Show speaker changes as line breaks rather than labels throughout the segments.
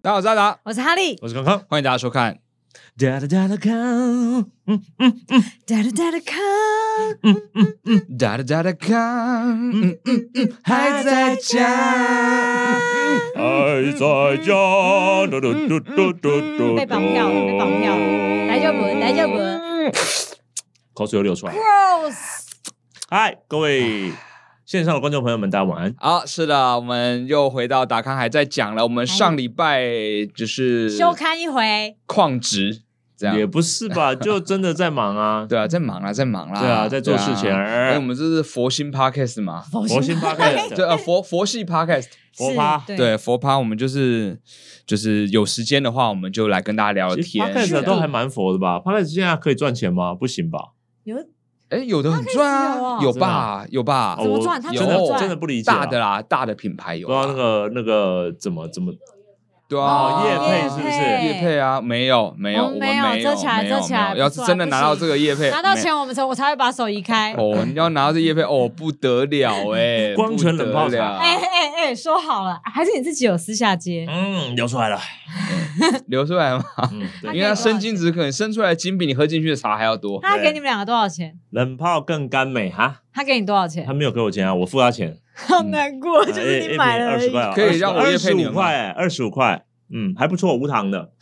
大家好，我是阿达，
我是哈利。
我是康康。
欢迎大家收看。
哒哒哒哒康，
哒哒哒哒看，
哒哒哒哒看，嗯嗯嗯，还在家。
还在家。嘟嘟嘟嘟嘟嘟。
被绑票了，被绑票了，来就滚，来就滚。
口水又流出来。
Gross，
嗨，各位线上的观众朋友们，大家晚安。
好，是的，我们又回到达康还在讲了，我们上礼拜就是
休刊一回，
旷职，这样
也不是吧，就真的在忙啊。
对啊，在忙啦，在忙啦，
对啊在做事情
对啊因为我们这是佛心 podcast 嘛，
佛心八开
对啊，佛佛系 podcast，
佛趴
是
对佛趴，我们就是就是有时间的话，我们就来跟大家聊聊
其实
天。
podcast
是
都
的
还蛮佛的吧？podcast 现在可以赚钱吗？不行吧？
有
哎，有的很赚啊，
有哦
有吧，有吧，
怎么赚
哦
他
怎
我真
么
的
赚
真的不理解啊
大的啦，大的品牌有
不知道那
啊，
个那个怎么怎么
对
哦
啊，
业配是不是？
业配啊，没有没有，
我
我
们
们
哦没有
没有
遮起来
没有
遮起
没
来
有要是真的
不
拿到
行
这个业配，
拿到
没
钱，我们才我才会把手移开。
哦，你要拿到这叶配哦，不得 了哎、
光纯冷泡
不得
茶
哎
了，
哎哎，说好了，还是你自己有私下接？
嗯流出来了。
流出 来嘛，
他
嗯，
因
可
对
以
为它生精子可能生出来的精比你喝进去的茶还要多。
他给你们两个多少钱？
冷泡更甘美哈。
他给你多少钱
他？没有给我钱啊，我付他钱。
好难过， 就是你买了
哎二
而
十
已
块。啊，
可以让我
二
业配
十
你们
五
吗
块，二十五块，嗯，还不错，无糖的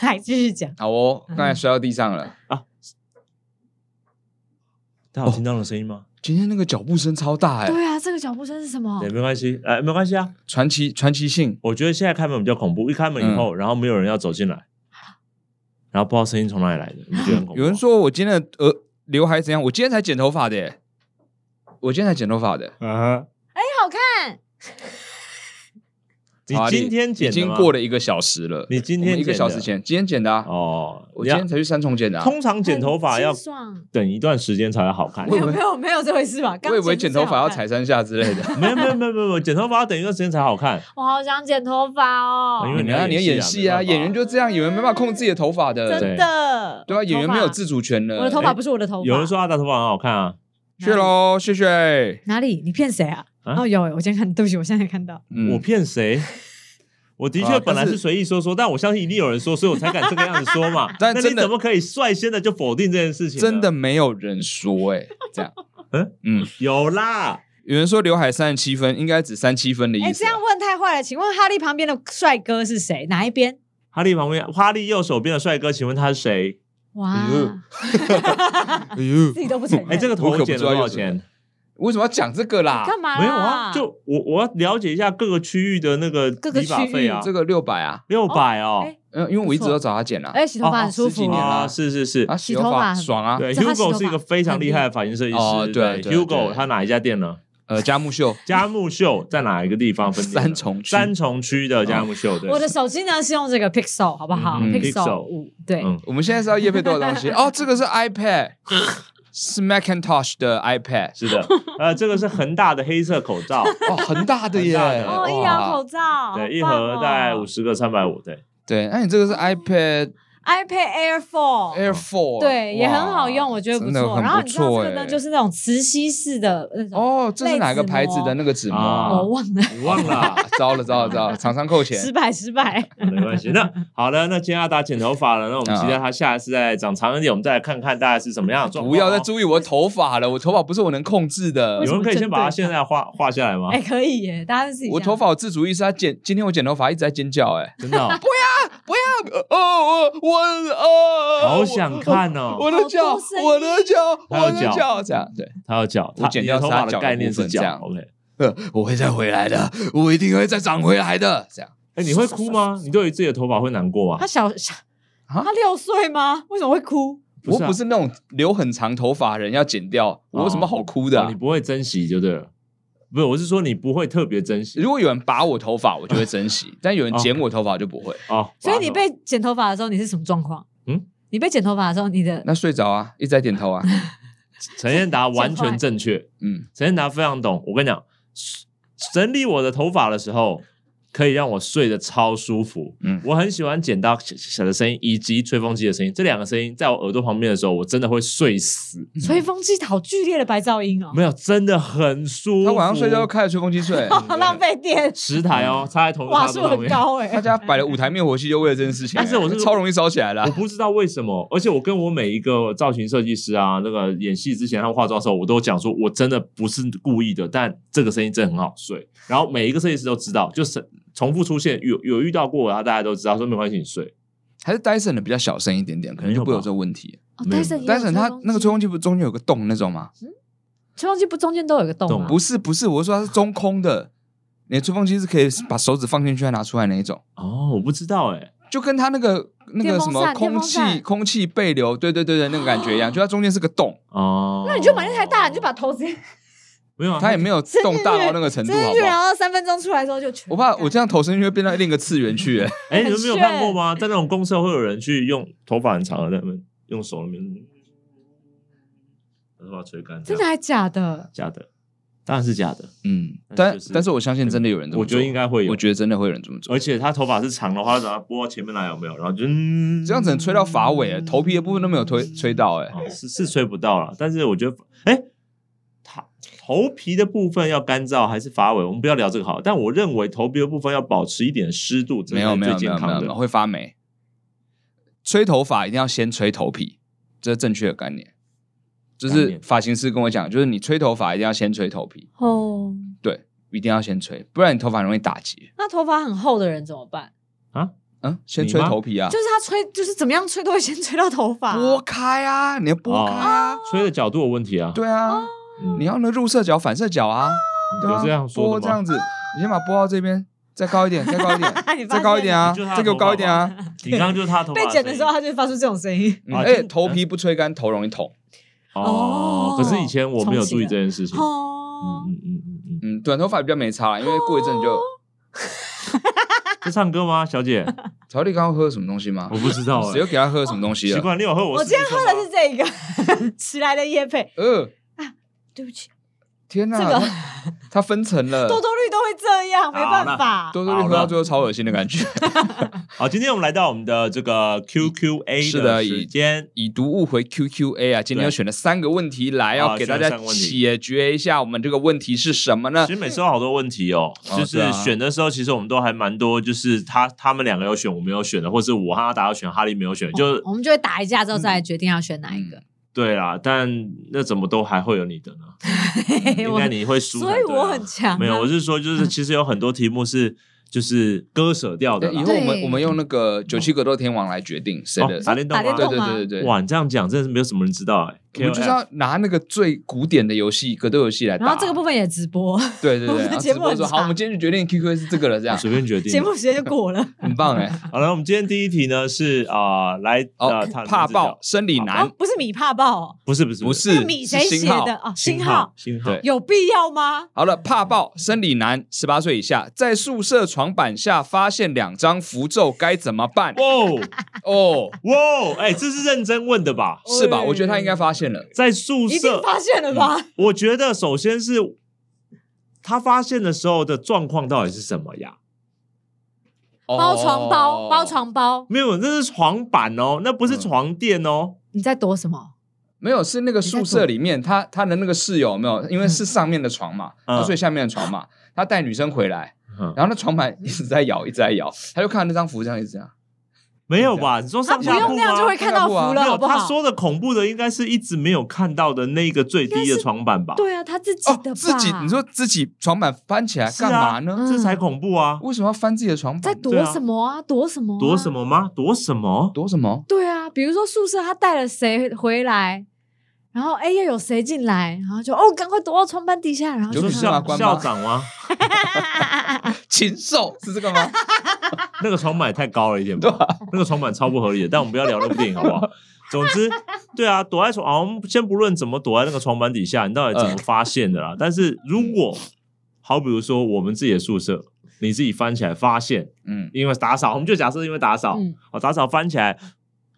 还继续讲，
好哦，刚才摔到地上了。
啊。大家有听到那个声音吗？
今天那个脚步声超大哎、
对啊，这个脚步声是什么
对，？没关系，哎，没关系啊。
传奇传奇性，
我觉得现在开门比较恐怖，一开门
嗯
以后，然后没有人要走进来，然后不知道声音从哪里来的，你觉得很恐怖？
有人，说我今天的呃刘海怎样？我今天才剪头发的、欸，我今天才剪头发的，
啊，
哎，好看，
你
好啊
今天
已
剪
经过
了，
了一个小时了，
你今
我们
天
一个
剪
小
的
时前，今天剪的啊，
哦，
我今
你要
天才去三重剪的、啊。
通常剪头发
很
要
清爽。
等一段时间才会好看
我
哎没。
以
有
为
没有没有这回事吧？刚
我以为
剪
剪
不是
头发要
好看
踩三下之类的，
没有没有没有没有没有，剪头发要等一段时间才好看。
我好想剪头发哦，
因为
你
你
要
要
你要演
演
戏
戏
啊，
啊没办法
演员就这样，演员没办法控制自己的头发的，
真的。
对啊，演员没有自
己，
主权的。
我的头
哎
发不是我的头发。
有人说他的头发很好看啊，
谢喽，谢谢。
哪里？你骗谁啊？
啊
哦，有，我今天看，对不起，我现在才看到。
嗯
我 骗谁？我的
啊
确本来
但是
是随意说说，但我相信一定有人说，所以我才敢这个样子说嘛
。但
那
真
你
的
怎么可以率先的就否定这件事情？
真的没有人说 哎、这样，嗯
嗯
嗯，
有啦，
有人说刘海三十七分，应该指三七分的
哎，
意
这
思、
样
啊。
问太坏了。请问哈利旁边的帅哥是谁？哪一边？
哈利旁边，哈利右手边的帅哥，请问他是谁？
哇
哎呦， 哎呦
自己都不承认。
哎，这个
我可不
头剪
知
了
道
多
右
少
手
钱？
为什么要讲这个啦？
干嘛啦？
没有啊，就我我要了解一下各个区域的那个
各个
理发
区域
费啊，
这个六百啊，
六百哦
哎。
嗯，因为我一直都找他剪啊，
哎，洗头发很舒
哦哦十几
服
年。了
啊，是是是
啊，，洗
洗头
发
发很
爽啊，
对
这他洗头
，Hugo
发
是一个非常厉害的发型设计
哦
师。
对对
，Hugo
对
他哪一家店呢？
呃，加木秀，
佳木秀在哪一个地方分店呢？
三重区
三重区的佳木秀。对
我的手机呢是用这个 Pixel，好不好
嗯
？Pixel
Pixel
五，对，
嗯
我们现在是要夜配多少东 西？哦，这个是 iPad，是 Macintosh 的 iPad，
是的，呃，这个是恒大的黑色口罩，
哦，很大的耶，
很大的
哦，
哇
一盒口罩，
对，一
好棒
盒
哦
大概五十个，三百 五，对，
对，那你这个是 iPad
iPad Air Four，
Air Four，
对，也很好
哇
用，我觉得不
真的
错。
很
然后
不
你知道这
错
个呢，
哎
就是那种磁吸式的那种，
哦，这是哪个牌子的那个纸膜？
啊
我忘了，
你忘了
啊，糟了糟了糟 了，厂商扣钱。
失败失败。
没关系。那好了，那今天阿达剪头发了，那我们期待他下一次再长长一点，我们再来看看大概是什么样的状况。
啊
哦
不要再，注意我的头发了，我头发不是我能控制的
为什
有。
么
人可以先把它现在画画下来吗
哎，？可以耶，大家自己
我
这样
头发有自主意识，他剪今天我剪头发一直在尖叫、哎，
真的哦，
哦哦我哦，
好想看
我
哦。
的脚
好多声，音
我的脚，
还有
我的
脚
脚，这样对，
他有脚，
我
他
剪
你
掉
的头发
他脚的
的概念
部分
是
这样
脚。OK，
呃，我会再回来的，我一定会再长回来的，这样。
哎，你会哭吗？你对于自己的头发会难过吗
他？小小，
啊
他六岁吗？为什么会哭？
不
我
是啊
不是那种留很长头发的人要剪掉，我有什么好哭的啊、
哦你不会珍惜就对了。不是，我是说你哦不会特别珍惜
如果有人拔我头发，我就会珍 惜；但有人剪我头发就不会。
哦。
所以你
哇
被剪头发的时候，你是什么状况？
嗯，
你被剪头发的时候，你的
那睡着啊，一直在点头啊，
陈彦达完全正确，
嗯，
陈彦达非常懂。我跟你讲，整理我的头发的时候，可以让我睡得超舒服。
嗯
我很喜欢剪刀小小的声音以及吹风机的声音，这两个声音在我耳朵旁边的时候，我真的会睡死。
嗯
吹风机好剧烈的白噪音哦，
没有，真的很舒服。
他晚上睡觉都开着吹风机 睡，
好浪费电，
十台哦，插在同一个
瓦
插座
数
上
很
面。
高哎、
他家摆了五台灭火器，就为了这件事情。
但是我是
超容易烧起来的
我
啊。
不知道为什么，而且我跟我每一个造型设计师啊，那个演戏之前他们化妆的时候，我都讲说我真的不是故意的，但这个声音真的很好睡。然后每一个设计师都知道，就是重复出现，有有遇到过，然后大家都知道说没关系，你睡。
还是 Dyson 的比较小声一点点，可能就不会有这个问题。
哦
没有
，Dyson 也有
但是它那个吹
风
风机不是中间有个洞那种吗？
机吹风机不中间都有一个洞
洞
吗？
不是不是，我是说它是中空的，你的吹风机是可以把手指放进去再拿出来那一种，
哦，我不知道哎、
就跟它那个那个
电
什
风
么
扇
空
电风
气
扇
空气背流，对对对对，那个感觉一样，就它中间是个洞，
哦，
那你就买那台大，你就把头直接
没有
哦
啊，
它也没有洞大到那个程
伸
度，好
进去，
不
然
好？
后三分钟出来之后就全
我怕我这样投身去会变到另一个次元去， 哎
哎、你们没有
很
看过吗？在那种公厕会有人去用头发很长的在那边用手那边，把头发吹干，
真的啊还假的？
假的？当然是假的，
嗯，
但
但
就是
但是我相信真的有人这么做，
我觉得应该会有
我觉得真的会有人这么做
而，且他头发是长的话，他把它拨到前面来有没有？然后就嗯
这样只能吹到发尾，
嗯
哎头皮的部分都没有吹吹到，哎，
哦是是吹不到了。但是我觉得，哎、他头皮的部分要干燥还是发尾？我们不要聊这个好了。但我认为头皮的部分要保持一点湿度，这
没有
才是
没有
最
没
健
有没有
康
没有
的。
会发霉。吹头发一定要先吹头皮，这是正确的概念。就
概
是
念
发型师跟我讲，就是你吹头发一定要先吹头皮，
哦，
对，一定要先吹，不然你头发容易打结。
那头发很厚的人怎么办？
嗯，先
你
吹
吗
头皮啊
就，是他吹，就是怎么样吹都会先 吹到头发、
拨开啊，你要拨开啊，
吹的角度有问题啊，
对啊，
嗯
你要那入射角、反射角啊，对
有
啊，
这样
拨
说
这
的吗？
样子，你先把拨到这边，再高一点，再 高一
你
点，
发
再高一点啊，
现了
再给我高一点啊。
你刚刚就是他头发
被剪的时候，
声
他就会发出这种声音。
嗯
啊
而且
就是
头皮不吹干，头容易痛。
音
哦，
哦可是以前我没有注
重启
意
了
这件事情。嗯
哦，
嗯嗯嗯嗯，
嗯，短头发比较没差啦，因为过一阵就。
在唱歌吗，小姐？
曹丽刚刚喝什么东西吗
我？不知道
谁又
哎，
给他喝什么东西啊
奇
了？
怪，你有喝我
我今天
死
喝
的
的是这个迟来的夜配，
呃，
对不起，
天哪，
这个
他他分层 了，
多多绿都会这样，没办法。
多多绿喝到最后超恶心的感 觉。
好，今天我们来到我们的这个 QQA
是的
时间，
以毒误回 QQA 啊，今天
对
又选了三个问题来，
啊
要给大家
选了三个问题
解决一下我们这个问题是什么呢
其？实每次有好多问题哦，
哦
就
对啊
是选的时候，其实我们都还蛮多，就是他他们两个有选，我没有选的，或是我和阿达有选，哈利没有选，就
哦
我们就会打一架之后再来
嗯
决定要选哪一个。
对啦。但那怎么都还会有你的呢？嗯 应该你会输才
哎所
对啊，
以我很强啊。
没有，我是说，就是其实有很多题目是就是割舍掉的
对
啦
以。后我们
对
我们用那个九七格斗天王来决定谁的
哦，。打电动
打电
吗？
对
动
对
吗
对对对，
哇，你这样讲真的是没有什么人知道哎。
我们就是要拿那个最古典的游戏格斗游戏来打。
然后这个部分也直播，
对对
我
对，
们的
然后
节
直
目
播
很
说好，
差
我们今天就决定 QQ 是这个了，这
KOL
样
随便决定
节。目时间就过了。
很棒哎。
好了，我们今天第一题呢是啊，来
哦
呃，讨论
怕
这条
爆生理
哦
男，
不是米怕爆哦，
不是不是
不
那
是
个米谁
是
写
星号
的哦，
星
星号
星号
对
有必要吗？
好了，怕爆生理男，十八岁以下，在宿舍床板下发现两张符咒该怎么办？
哇
哦，
哇，哎，这是认真问的吧？
是吧？我觉得他应该发现了。
在宿
一定
舍，
发现了吧？
我觉得首先是他发现的时候的状况到底是什么呀？
哦
包床包包，床包，
没有，那是床板哦，那不是床垫哦。
你在躲什么？
没有是那个宿舍里面，他他的那个室友有没有，因为是上面的床嘛，
嗯
他睡下面的床嘛，他带女生回来，
嗯
然后那床板一直在摇，一直在摇，他就看到那张符这样一直这样，
没有吧？你说
他
上
不
下铺
用那样
吗
就会看到福
没
了，
有，
好不
他
好？
说的恐怖的应该是一直没有看到的那个最低的床板吧？
对啊，他自己
哦
的吧？，
自己你说自己床板翻起来
是啊
干嘛呢？
嗯
这才恐怖啊！
为什么要翻自己的床
在
板？
躲
对啊
什么啊？躲什么？
躲什？么吗？躲什么？
躲什么？
对啊，比如说宿舍他带了谁回来，然后哎又有谁进来，然后就哦赶快躲到床板底下，然后
有
就
你说
比较
看
麻
校
关吗
校长吗？
禽兽是这个吗？
那个床板也太高了一点吧？
啊
那个床板超不合理的，但我们不要聊那部电影好不好？ 总之，对啊，躲在床，啊我们先不论怎么躲在那个床板底下，你到底
嗯
怎么发现的啦？但是如果好，比如说我们自己的宿舍，你自己翻起来发现，
嗯
因为打扫，我们就假设因为打扫，
嗯
哦，打扫翻起来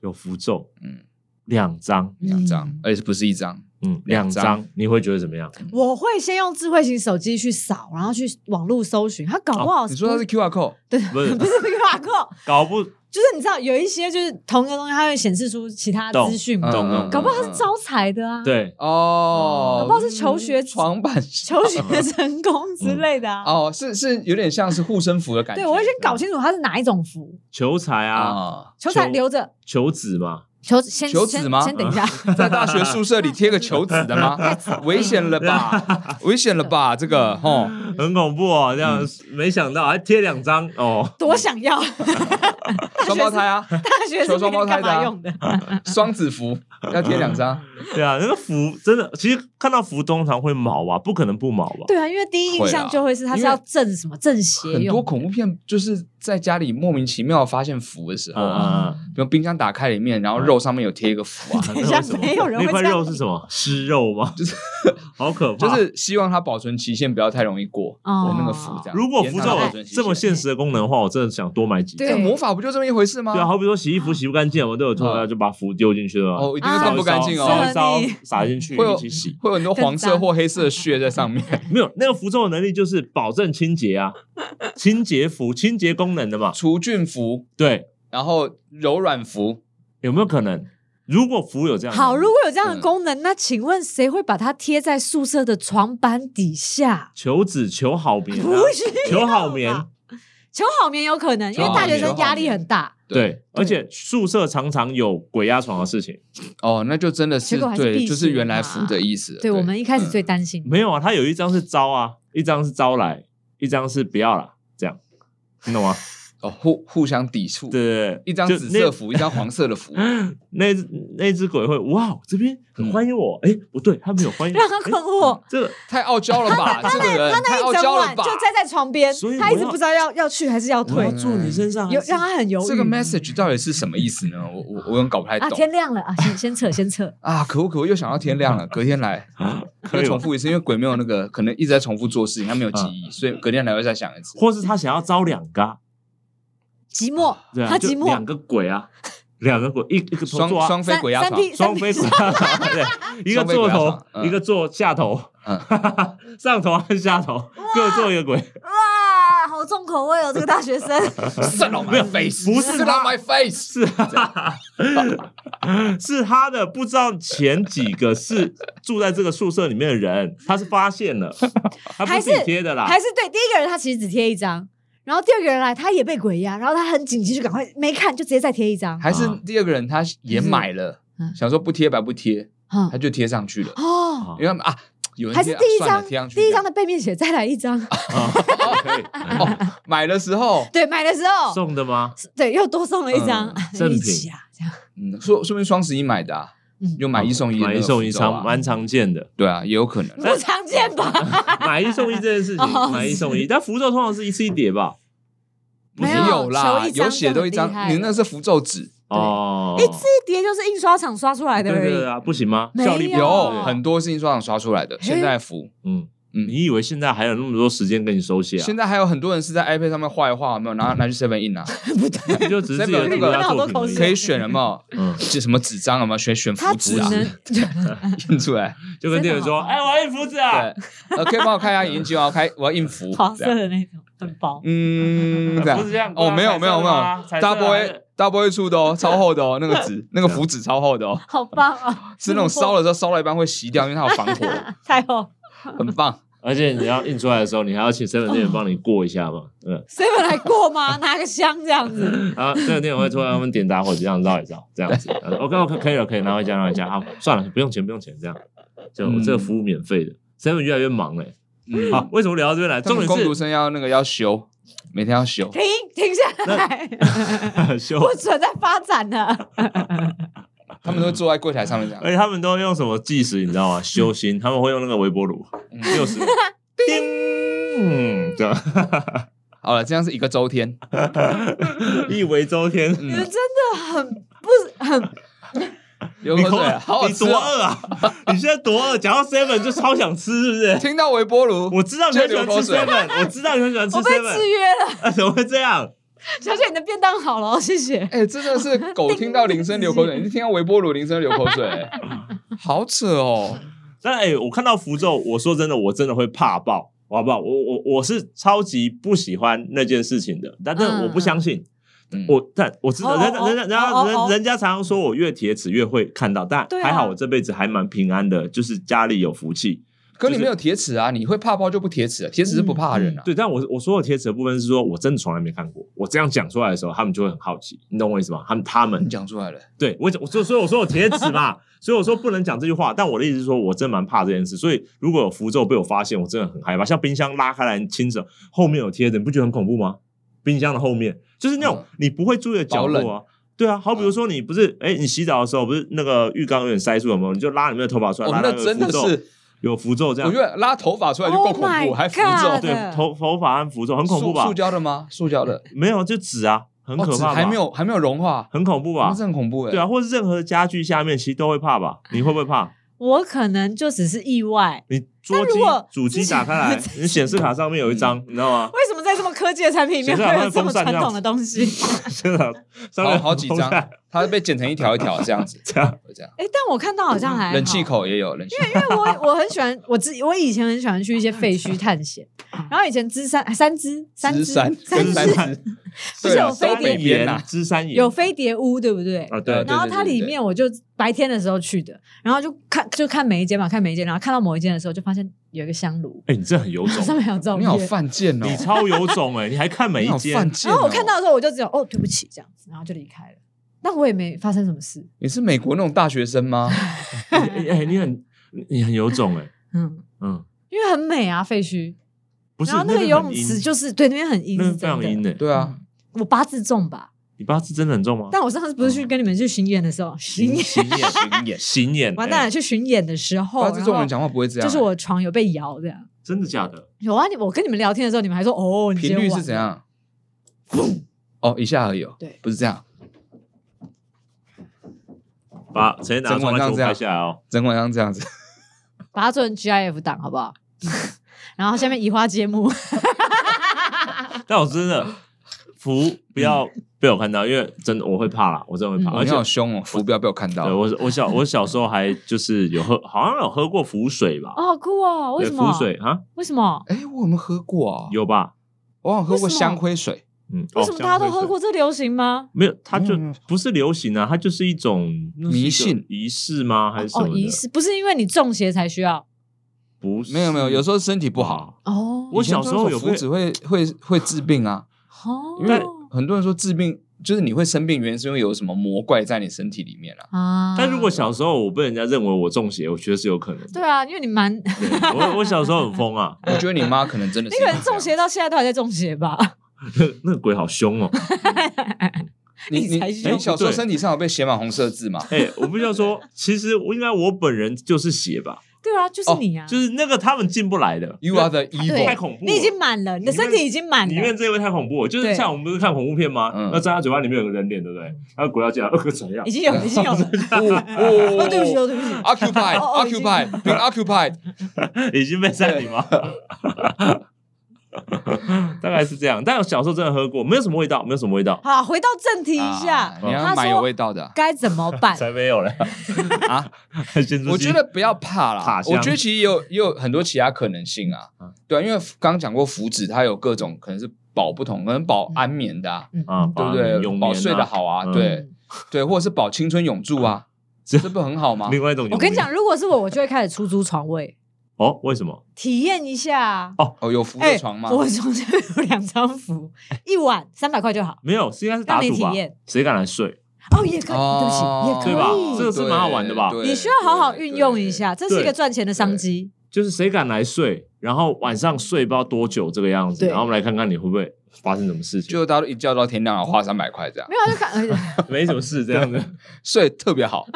有符咒，
嗯，
两张，
两张
嗯，
而且不是一张，
嗯，两
两张
张，你会觉得怎么样？
我会先用智慧型手机去扫，然后去网络搜寻，它搞不好、
哦你说它是 QR code，
对，
不是
不是 QR code，
搞不
就是你知道有一些就是同一个东西，它会显示出其他
懂
资讯嘛，
懂
嗯
懂
搞不好它是招财的啊，，
对，
哦，
搞不好是求学
床板
求学成功之类的啊。
哦，是是有点像是护身符的感觉。嗯
对，我会先搞清楚它是哪一种符，
求财啊，
啊，
求财
求
留着，
求子嘛，
求先
求
先
子吗嗯
先等一下，
在大学宿舍里贴个求子的吗？危险了吧，危险了吧，这
嗯
个吼，
很恐怖哦，
嗯
这样没想到还贴两张哦，
多想要
双胞胎啊，
大学
求
生
双胞胎
干
的啊
嘛 用的？
双子符要贴两张，
对啊，那个符真的，其实看到符通常会毛吧，不可能不毛吧？
对啊，因为第一印
会啊
象就会是它是
因为
要正什么正邪
很多
用的，
恐怖片就是在家里莫名其妙发现符的时候
嗯，嗯
啊，
嗯，
比如冰箱打开里面，然后肉上面有贴一个符啊，
等一下
那为什么
没有人会
那块
这样
肉是什么？湿肉 吗？就是好可怕，
就是希望它保存期限不要太容易过。
哦
我那个符这样，
如果符
符
咒有这么现实的功能的话，我真的想多买几张。
对啊
魔法不就这么一回事吗？
对啊，好比说洗衣服洗不干净，我们都有做，
嗯
那就把符丢进去了。
哦，一定会
啊
更不干净
烧
哦
烧，一烧
是的
撒进去
会有
一起洗。
会有很多黄色或黑色的血在 上面。
没有那个符咒的能力就是保证清洁啊，清洁符、清洁功能的嘛。
除菌符，
对，
然后柔软符，
有没有可能？如果符有这样的能力，
好，如果有这
嗯
样的功能，那请问谁会把它贴在宿舍的床板底下？
求子求好 眠、啊
不，需
求
要
好 眠。
吧求好眠有可能，因为大学生压力很大，
对，而且宿舍常常有鬼压床的事情。
哦，那就真的是
结果还是
对，
避
就是
邪
原来
嘛
符的意思了。
对我们一开始
嗯
最担心。
没有啊，他有一张是招啊，一张是招来，一张是不要啦，这样，你懂吗？
哦互互相抵触，
对对对，
一张
就
紫
那
色符，一张黄色的 符，
那只那只鬼会哇，这边很欢迎我，哎、不对，他没有欢迎 我，
让他困惑
诶这个
太傲娇了 吧？这个人太傲
一整
娇了
晚
吧
就？待在床边
所以，
他
我
一直
要
不知道要要去还是要
我
退
要，住你身上，
有
还是
让他很犹豫。
这个 message 到底是什么意思呢？我我我有点搞不太
啊，
懂，
天亮了啊，先先扯先扯
啊！可恶可恶，又想到天亮了，隔天来
可
又
以吗
重复一次，因为鬼没有那个可能一直在重复做事情，他没有记
啊
忆，所以隔天来会再想一次。
或是他想要招两个，啊
寂寞，
对啊，
他
就
寂寞
两，个鬼啊，两个鬼，一一个头
双
做啊
双飞
三
鬼压
三
床，
P 三
双飞
P
鬼啊，对，一个
双
做
飞鬼压
头
床，嗯
一个做下头，
嗯
上头和下头各做一个鬼，
哇，好重口味哦，这个大 学生。
，sit on
没有
my face，
不是
sit on
他
my face，
是啊是他的，不知道前几个是住在这个宿舍里面的人，他是发现 了，他不
还
自己
是
贴的啦
还，是对第一个人他其实只贴一张，然后第二个人来他也被鬼压，然后他很紧急就赶快没看就直接再贴一张，
还是
嗯
第二个人他也买了
嗯，
想说不贴白不贴，
嗯
他就贴上去了，
哦，
啊
因为他们啊。有人
还
贴
是
啊
第一
算了
张
贴上去
第一张
的
的背面写再来一张，
啊可以
哦，买的时候，
对，买的时候
送的吗？
对又多送了一张
嗯，
赠 品
一起啊，这样
嗯，说说明双十一买的啊
嗯，
有买一送一的那
买一
个
送一
福州啊，
常蛮常见的
对啊，也有可能
但
不常见吧？
买一送一这件事
哦
情，买一送一，但福州通常是一次一叠吧？
没有
有啦，
求一张
有写都一
就
张
很厉，害
你那是符咒纸，
哦，
一次一叠就是印刷厂刷出来的
对对
而
对
已，
啊，不行吗？
没有
效力不好
有
对
很多是印刷厂刷出来的，现在符。
嗯
嗯
你以为现在还有那么多时间跟你手写啊？
现在还有很多人是在 iPad 上面画一画，有没有拿拿去 Seven In 啊，
不对，
你就只是自己的
那
独
个
家作
那好多
品而
口
已
水
可以选有没有？
嗯，
这什么纸张有没有选选
他
符
只
纸啊？
能
印 出来，
就跟店员说：“
真的好
哎，我要一幅纸啊。”
对，呃，可以帮我看一下眼睛，我要开，我要印 符，
黄
这
色
样
的那种，很
啊
薄。
嗯，
不是这样啊
哦，没有没有没有
彩色的吗彩色
大
的
波
还
A
是
大波 A 出的哦，超厚的哦，那个 纸那个符纸超厚的哦，
好棒啊！
是那种烧了之后烧到一半会熄掉，因为它有防火，
太后
很棒。
而且你要印出来的时候，你还要请身份店员帮你过一下嘛，嗯，
，seven 来过吗？拿个香这样子，
然后身啊份店员会突然他们点打火机，这样绕一绕，这 样子然后，OK OK 哦可以了，可以拿回家拿回家，好，算了，不用钱不用钱，这样，就我这个服务免费的，seven 越来越忙嘞，
嗯，
好，为什么聊到这边来？
他
重
们工读
点
生要那个要修，每天要 修。
停停下来，
是修，
不准再发展了。
他们都坐在柜台上面讲，
而且他们都用什么计时，你知道吗？修心，他们会用那个微波炉，
嗯
六十， 叮，这样，
好了，这样是一个周天，
一为周天，
你
嗯
们，真的很
流
你
口
口
水了，好好
你
吃
多
哦。
饿啊？ 你现在多饿？讲到 seven 就超想吃，是不 是？
听到微波炉，
我知道你很喜欢吃
就流口水啊
seven，我知道你很喜欢吃
我被
seven，
制约了，
啊怎么会这样？
小姐，你的便当好了，谢谢。
哎、真的是 狗听到铃声流口水，你听到微波炉铃声流口水、好扯哦！
但哎、我看到符咒，我说真的，我真的会怕爆，好不好？我我我是超级不喜欢那件事情的，但是
嗯
我不相信。
嗯
我但我知道，
哦
人
哦
人人家
哦哦
人
哦
人家常常说我越铁齿越会看到，但
对啊
还好我这辈子还蛮平安的，就是家里有福气。
可你没有铁齿啊，你会怕包就不铁齿、啊，铁齿是不怕
嗯
人啊。
嗯对，但我我说的铁齿的部分是说，我真的从来没看过。我这样讲出来的时候，他们就会很好奇，你懂我意思吗？他们他们
你讲出来了，
对我讲，我所以所以我说我铁齿 嘛，所以我说不能讲这句话。但我的意思是说，我真蛮怕这件事，所以如果有符咒被我发现，我真的很害怕。像冰箱拉开来，你亲手后面有贴着，你不觉得很恐怖吗？冰箱的后面就是那种
嗯
你不会注意的角落
保嗯
啊。对啊，好比如说你不是哎，你洗澡的时候不是那个浴缸有点塞住了吗？你就拉里面的头发出来，
哦，
拉
那
到有
真的
符咒，
是，
有符咒这
我
样
觉。得拉头发出来就够恐
Oh
怖，
my
还符咒，
God
对
的，
头头发和符咒很恐怖吧
塑？胶的吗？塑胶的，
没有，就纸啊，很可
哦纸
怕吧，
还没有还没有融化，
很恐怖吧
那？是很恐怖哎、
对啊，，或是任何家具下面，其实都会怕吧？你会不会怕？
我可能就只是意外。
你桌
但如果
机主机打开来，你显示卡上面有一
嗯
张，你知道吗？
为什么在这么科技的产品里面
谁
会
知道
有这么
它会风扇
传
这样
统的东西？
真的，上面
好好几张
有风扇
它是被剪成一条一 条这样子，
这样
这样。
哎、但我看到好像还好
冷气，口也有冷气口，
因为我我很喜欢我自己，我以前很喜欢去一些废墟探险，
嗯
然后以前芝山三芝三
芝
芝
山
三
跟
芝
山
芝
山
不
对
是
啊
有飞
东
山
北
碟
北
边
岩
啊，
芝山岩
有飞碟屋对不对？
啊，对
对
然后它里面我就白天的时候去的，然后就看就看每一间嘛，看每一间，然后看到某一间的时候，就发现有一个香炉，
哎，你这很有
上
种，
面有照
你
片
好。犯贱哦！
你超有种哎，你还看每
你
一
好犯
间，
贱、
然
哦。
后我看到的时候，我就只有哦，对不起这样子，然后就离开了。但我也没发生什么事，
你是美国那种大学生吗？
哎，哎你很你很有种哎，
嗯，
嗯，
因为很美啊，废墟。
不是
然后那
个
个
很
游泳
阴
池就是对那边很阴，
那
是
个
真
非
的
常阴哎，
对啊，
我八字重吧，
你八字真的很重吗？
但我上次不是去
哦
跟你们去巡演的时候，巡演
行 眼行眼，
行眼
完蛋
哎
了，去巡演的时候，
嗯八字中人
然
讲话不会这
后
样、
就是我床有被摇这样。
真的假的？
有啊，你我跟你们聊天的时候，你们还说哦，你今
频
天
率
晚
是怎？样？哦，一下而已、哦，
对
不是这样，
把谁拿
整晚
窗
上
外球
这样
拍下来哦？
整晚上这样子。
把它做成 GIF 档好不 好？然后下面移花接木，
但我真的福不要被我看到，因为真的我会怕啦，我真的会怕，
嗯
哦
而
嗯你
且
好凶哦，福不要被我看
对
到。
我我小我小时候还就是有喝，好像有喝过浮水吧？
哦，好酷哦！为
对
什么？
浮水啊？
为什么？
哎、我有没有喝过啊？，
有吧？
我好像喝过
为什么
香灰水。
嗯，
为
哦
什么大家都喝？
香灰水
过？这流行吗？
没有，它就
没有没有
不是流行啊，它就是一种那是一个
嗯迷信
仪式吗？还是什
哦
么，的？
仪式不是因为你中邪才需要
不是，
没有没有，有时候身体不好。。
哦
我小时候有被
福子会会会治病啊，
哦
因为很多人说治病就是你会生病，原因是因为有什么魔怪在你身体里面啊。
啊
但如果小时候我被人家认为我中邪，我觉得是有可能的。
对啊，因为你蛮
对，我我小时候很疯啊，
我觉得你妈可能真的是
你可能中邪
到
到现在都还在中邪吧？
那个鬼好凶哦。
你
你
你
才
你
凶
小时候
对
身体上有被写满红色字吗？
哎、我必须要说，其实我应该我本人就是邪吧，
对啊，就是你啊，
哦就是那个他们进不来的。
You are the
对
evil。
太恐怖了，
你已经满了，你的身体已经满
里面
了，
这位太恐怖了，就是
对嗯
像我们不是看恐怖片吗？
嗯
那在他嘴巴里面有个人脸，对不对？然后鬼要进来，呃，怎样
已？经有了，已经有 了。
哦
哦，
哦
对不起，哦，对不起。
Occupied,
哦哦已经
occupied, being occupied。
已经被占领吗？ 大概是这样，但我小时候真的喝过，没有什么味道，没有什么味道，
好，回到正题一
啊
下，
你要
他
买有味
说
道的啊
该怎么 办？
才没 有嘞。
啊！
咸猪
我
鸡
觉得不要怕啦
塔，香
我觉得其实也有也有很多其他可能性啊
嗯。
对啊，因为刚刚讲过福祉，它有各种可能是保不同，可能保安眠的啊，
嗯
啊，
对不对？
永眠
保睡得好啊，
嗯
对对，或者是保青春永驻啊，这不很好吗
啊，？另外一种永眠
我跟你讲，如果是我，我就会开始出租床位，
哦，为什么？
体验一下。哎
哦，有福的床吗？
我床上面有两张符，一晚三百块就好。
没有，是应该是打
让
赌
你
吧
体验？
谁敢来睡？
哦，也可以，
哦
对不起，也
对吧
可
这个
以。
是蛮好玩的吧
对
你需要好好运用一。
对
下，这是一个赚钱的商机。
就是谁敢来睡，然后晚上睡不知道多久这个样子，
对
然后我们来看看你会不会发生什么事
对
情，
就大家都一觉到天亮啊，花三百块这样
没，有啊，就看 呃
没什么事这样子。
睡得特别 好，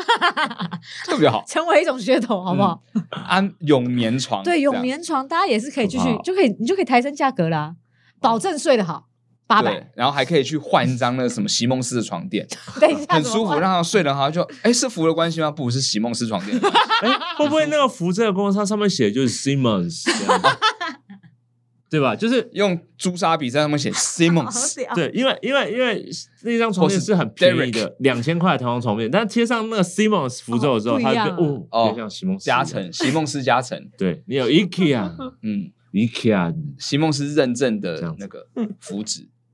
特别好，
成为一种噱头，好不好？
嗯
安永眠床。
对，
这
永
样
眠床大家也是可以继
好
续
不好，
就可以你就可以抬升价格啦，保证睡得好，八
对
百。，
然后还可以去换一张那个什么席梦思的床 垫，
等一下
很
怎么
舒服，
办
让他睡得好。就哎，是服的关系吗？不是席梦思床垫的关系，
哎，会不会那个福这个公司它上面写的就是 Simmons 这样？对吧？就是
用朱砂笔在上面 写 Simmons，
屌
对，因为因为因为那张床垫是很便宜的，两千块的台湾床垫，但贴上那个 Simmons 符咒的时候，
哦
它就
不一样
哦，
哦
有点像席梦思
加，成席梦思加成，
对你有 IKEA
嗯，
IKEA，
席梦思认证
这样
的
子
那个符纸，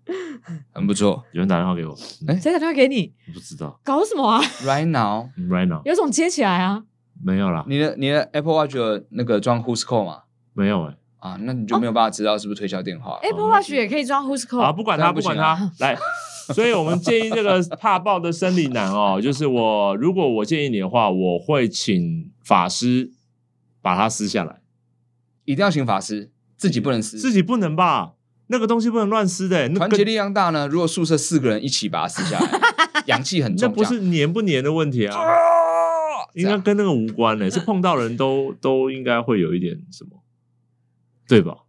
很不错。
有人打电话给我，嗯
哎
谁打电话给你？
我不知道
搞什么啊？
Right now，
嗯，right now
有种接起来啊！
没有啦，
你的你的 Apple Watch 有那个装 Who's Call 嘛？
没有哎，
啊，那你就
哦
没有办法知道是不是推销电话了。
Apple Watch 也可以装 Who's
啊，
Call，
不
哦
管
这
他，
样
不
不
管
行啊
他，来。所以，我们建议这个怕爆的生理男哦，就是我，如果我建议你的话，我会请法师把它撕下来，
一定要请法师，自己不能撕。
自己不能吧？那个东西不能乱撕的、欸那
团
跟
结力量大呢？如果宿舍四个人一起把它撕下来， 阳气很
那
重，
不
这样
是黏不黏的问题啊，应该跟那个无 关的、是碰到人都都应该会有一点什么，对吧？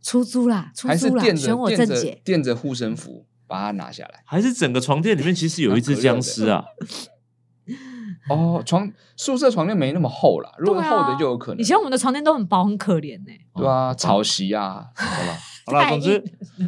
出租啦，出
还是
租啦，
垫着
选我
垫
正
着
解。
垫着护身符把它拿下来。
还是整个床垫里面其实有一只僵尸啊？
哦，床宿舍床垫没那么厚啦，如果
对啊
厚的就有可能。
以前我们的床垫都很薄，很可怜呢。
对啊，草席啊，好吧，
好啦，
太
总
硬
之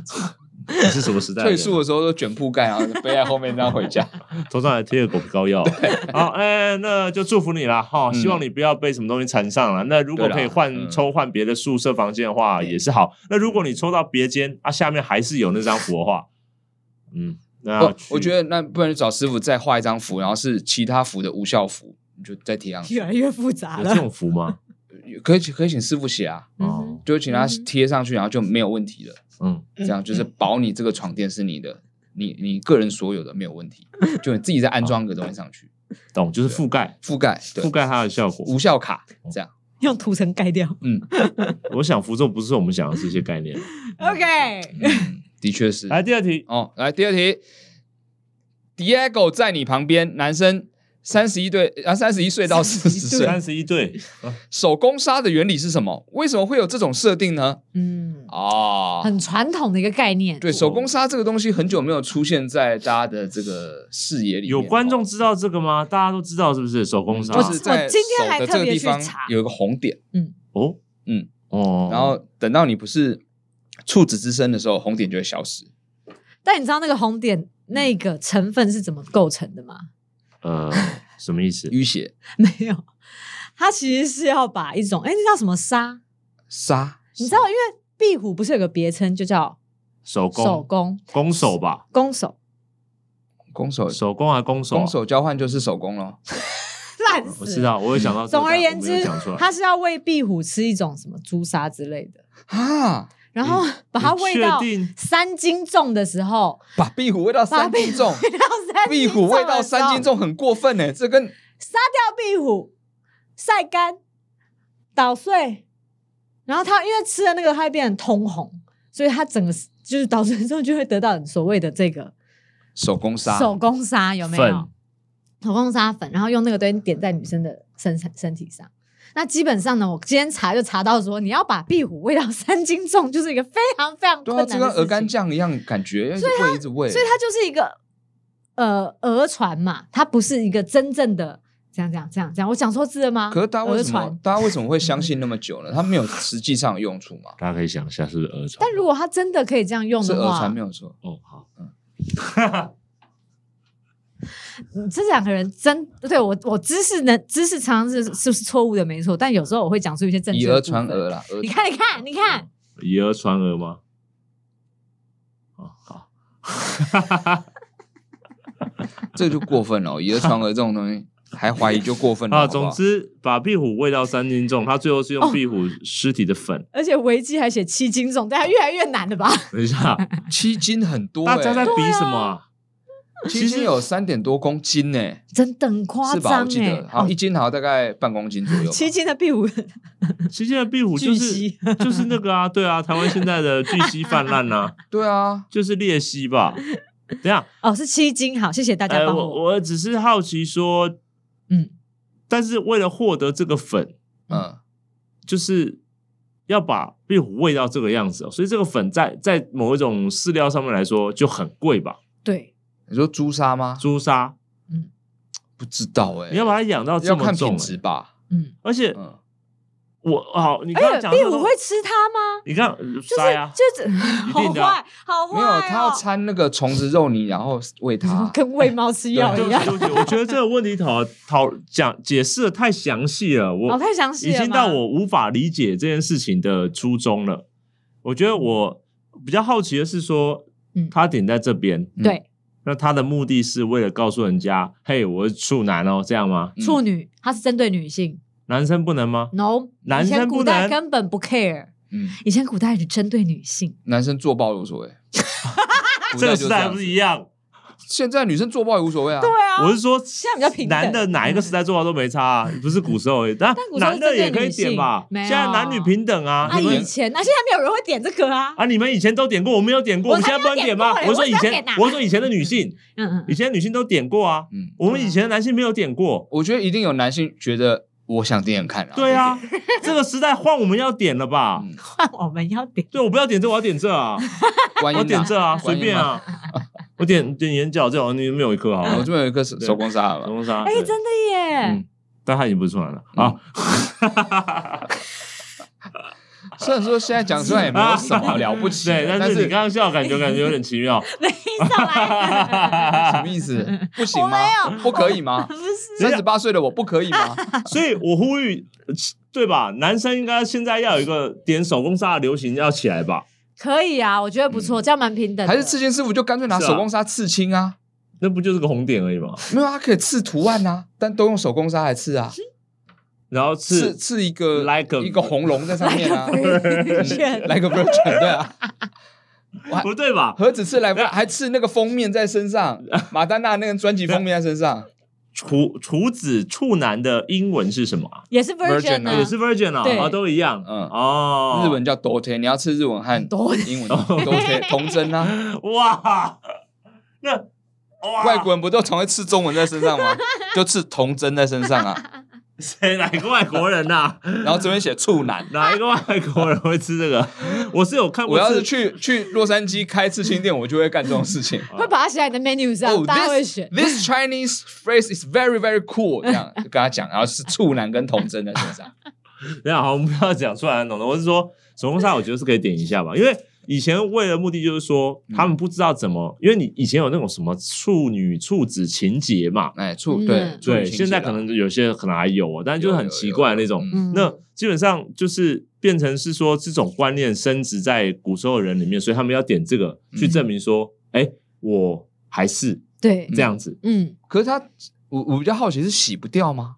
你是什么时代的
退
人？啊
宿的时候都卷铺盖，然后背在后面这样回家。
头上还贴个狗皮膏药。好，哎、那就祝福你啦，哈、
嗯
希望你不要被什么东西缠上了。那如果
对啦
可以换、
嗯
抽换别的宿舍房间的话，也是好。那如果你抽到别间啊，下面还是有那张符的话，嗯，那
我
去
我觉得那不然就找师傅再画一张符，然后是其他符的无效符，你就再贴上去。
越来越复杂
有
了
这。种 符吗？
可以可以请师傅写啊，
嗯
哦
哼，
就请他
嗯哼
贴上去，然后就没有问题了。
嗯，
这样就是保你这个床垫是你的，你你个人所有的没有问题，就你自己再安装一个东西上去，
懂，就是覆盖
覆盖
覆
对
盖哦它的效果。
无效卡这样。
用涂层盖掉。
嗯
我想符咒不是我们想的这些概念。
OK，
嗯，的确是。
来第二题，
哦，来第二题，Diego 在你旁边，男生。三十一对，啊，三十一岁到四十岁，
三十一对，
手工纱的原理是什么？为什么会有这种设定呢？
嗯，
哦，
很传统的一个概念。
对，手工纱这个东西很久没有出现在大家的这个视野里面。
有观众
哦
知道这个吗？大家都知道是不是？手工纱
就是在
我今天
手
还
的
特
这个
别
地
去
方
查
有一个红点，
哦，
嗯
哦，
然后等到你不是处子之身的时候，红点就会消失。
但你知道那个红点那个成分是怎么构成的吗？
呃，什么意思？
淤血
没有，它其实是要把一种哎，那叫什么沙？
沙
你知道，因为壁虎不是有个别称就叫
手工
手工
攻手吧，
弓手，
攻守
手工还攻手啊，
攻守交换就是手工咯。
烂
我
死
知
了。
道，我有想到这个。
总而言
我没
之
有讲出，来
它是要喂壁虎吃一种什么朱砂之类的，
啊，
然后 把它
你
喂到
确定
三斤重的时候，
把壁虎喂到
把
三斤 重，
壁喂到三
壁虎喂到三斤
重的时候，
重很过分呢、这跟
杀掉壁虎，晒干，捣碎，然后它因为吃了那个，它会变成通红，所以它整个就是捣碎之后就会得到你所谓的这个
手工沙
手工沙，有没有
粉？
手工沙粉，然后用那个东西点在女生的身身体上。那基本上呢，我今天查就查到说，你要把壁虎喂到三斤重，就是一个非常非常
对
困
啊，
难
这
的
跟鹅肝
事情
酱一样，感觉一直喂一直喂，
所以它就是一个呃讹传嘛，它不是一个真正的这样这样这样这样。我讲错字了吗？
可是大家为什
讹
么
传
大家为什么会相信那么久呢？它没有实际上的用处嘛？
大家可以想一下，是不是儿传？
但如果它真的可以这样用
是
的
讹
话
传，没有错。
哦好，
嗯这两个人真对我我知识能知识常常是是是错误的，没错。但有时候我会讲出一些正确
以
的
讹
部
传
分
讹啦，讹
你看，你看，你看，
以讹传讹吗？哦好，
这就过分了哦，以讹传讹这种东西还怀疑就过分了。
啊，
好不好
总之把壁虎喂到三斤重，他最后是
哦
用壁虎尸体的粉。
而且维基还写七斤重，但越来越难 了吧？
等一下，
七斤很多、欸，
大家在比什么啊？
七斤有三点多公斤呢、
真的很夸
是
欸
吧？我
张
记
哎、
哦
得，好像一斤好像大概半公斤左右吧。
七斤的壁虎，
其实壁虎就
巨
是就是那个啊，对啊，台湾现在的巨蜥泛滥 啊，
对啊，
就是鬣蜥吧。等一下，
哦，是七斤，好，谢谢大家
呃，
帮
我我只是好奇说，
嗯，
但是为了获得这个粉，
嗯，
就是要把壁虎喂到这个样子、哦，所以这个粉在在某一种饲料上面来说就很贵吧？
对，
你说朱砂吗？
朱砂，
不知道哎、
你要把它养到这
要
么
看
重
品
欸、
质吧。
嗯，
而且
嗯，
我好，你刚
而
刚
且哎
讲
壁
这个
虎
东
会吃它吗？
你看
就是
塞啊，
就是
定
好
的啊
坏好坏
没有，他要
哦，。
掺那个虫子肉泥，然后喂它
跟喂猫吃药
对
一
不
样
起，。对不起，我觉得这个问题讨讨讲解释的太详细了，我、
哦，太详细
已
了吗，
经到我无法理解这件事情的初衷了。我觉得我比较好奇的是说
嗯，
他点在这边，
嗯
对
那他的目的是为了告诉人家，嘿，我是处男哦，这样吗？
嗯
处女，它是针对女性
男生不能吗？
，no，
男生
以前古
不
代
能
根本不 care，
嗯，
以前古代只针对女性，
男生做爆也无所谓。古
这个
就
时代还
样
不
子
是一样？
现在女生做爆也无所谓啊。对
啊
我是说，
在比较平等嗯
男的哪一个时代做到都没差、啊，不是古时 候而已，但
古时候
男的也可
针对女
以
性
点吧？
没有
现在男女平等啊，
啊，
你们
以前啊，现在没有人会点这个啊，
啊，你们以前都点过，我没有点过，
我
们现
才
在不能
没有
点
点
吗？
过嘞
我说
我
以
怎么
前
点啊，
我说以前的女性，
嗯嗯
以
嗯，
前的女性都点过啊，
嗯，
我们以前的男性没有点过。
我觉得一定有男性觉得我想点点看啊。
对啊，这个时代换我们要点了吧？
嗯
换我们要点，
对，我不啊要点这，我要点这啊，
观
我
音
点
啊，
这啊，随
观音
便啊，我点点眼角这种，你没有一颗好
哦我
了，
这边有一个手手工沙
总
嘛，
共三。
哎，
对
真的耶
嗯，
但他已经不是出来了啊。
虽然说现在讲出来也没有什 么了不起的，
啊对，但
但
是你刚刚笑，感觉感觉有点奇 妙。
没上 来，
什么意思？不行
我没
吗？不可以吗
不？是
啊
三十八岁的我不可以 吗？
所以我呼吁，呃对吧？男生应该现在要有一个点手工沙的流行要起来吧？
可以啊，我觉得不错，这样蛮平等的，
嗯还是刺青师傅就干脆拿
是啊
手工砂刺青啊？
那不就是个啊红点而已嘛？
没有，他可以刺图案啊，但都用手工砂来刺啊，
然后
刺
是
刺一个
Like a-
一个红龙在上面啊
Virgin
，like a virgin，对啊。
不对吧？
何止刺来，还刺那个封面在身 上，马丹娜那个专辑封面在身上，
处处子处男的英文是什么啊？
也是 virgin
Virgin 啊
啊，
也是 virgin 啊，
对
啊都一样。
嗯
哦，
日文叫 dote，你要刺日文和
啊
英文 dote 童真啊，
哇，那哇
外国人不都常会刺中文在身上 吗？就刺童真在身上啊，
谁哪个外国人呐、
然后这边写处男。
哪一个外国人会吃这个？我是有看过
我
刺，
要是去去洛杉矶开刺青店，我就会干这种事情。Oh,
会把它写在你的 menu 上，大家会
this
选。
this Chinese phrase is very very cool，这样就跟他讲，然后是处男跟童真在身 上。
等一下好，我们不要讲出来，懂的。我是说，手工沙我觉得是可以点一下吧，因为以前为了目的就是说，
嗯
他们不知道怎么，因为你以前有那种什么处女处子情节嘛，
哎，处
嗯
对处女啊
对，
情
现在
节啦
可能有些可能还有哦，但是就是很奇怪的那种
有有有。
嗯
那基本上就是变成是说这种观念升值在古时候的人里面，所以他们要点这个去
嗯
证明说，哎、我还是
对，
这样子，
嗯，
可是他，我我比较好奇是洗不掉吗？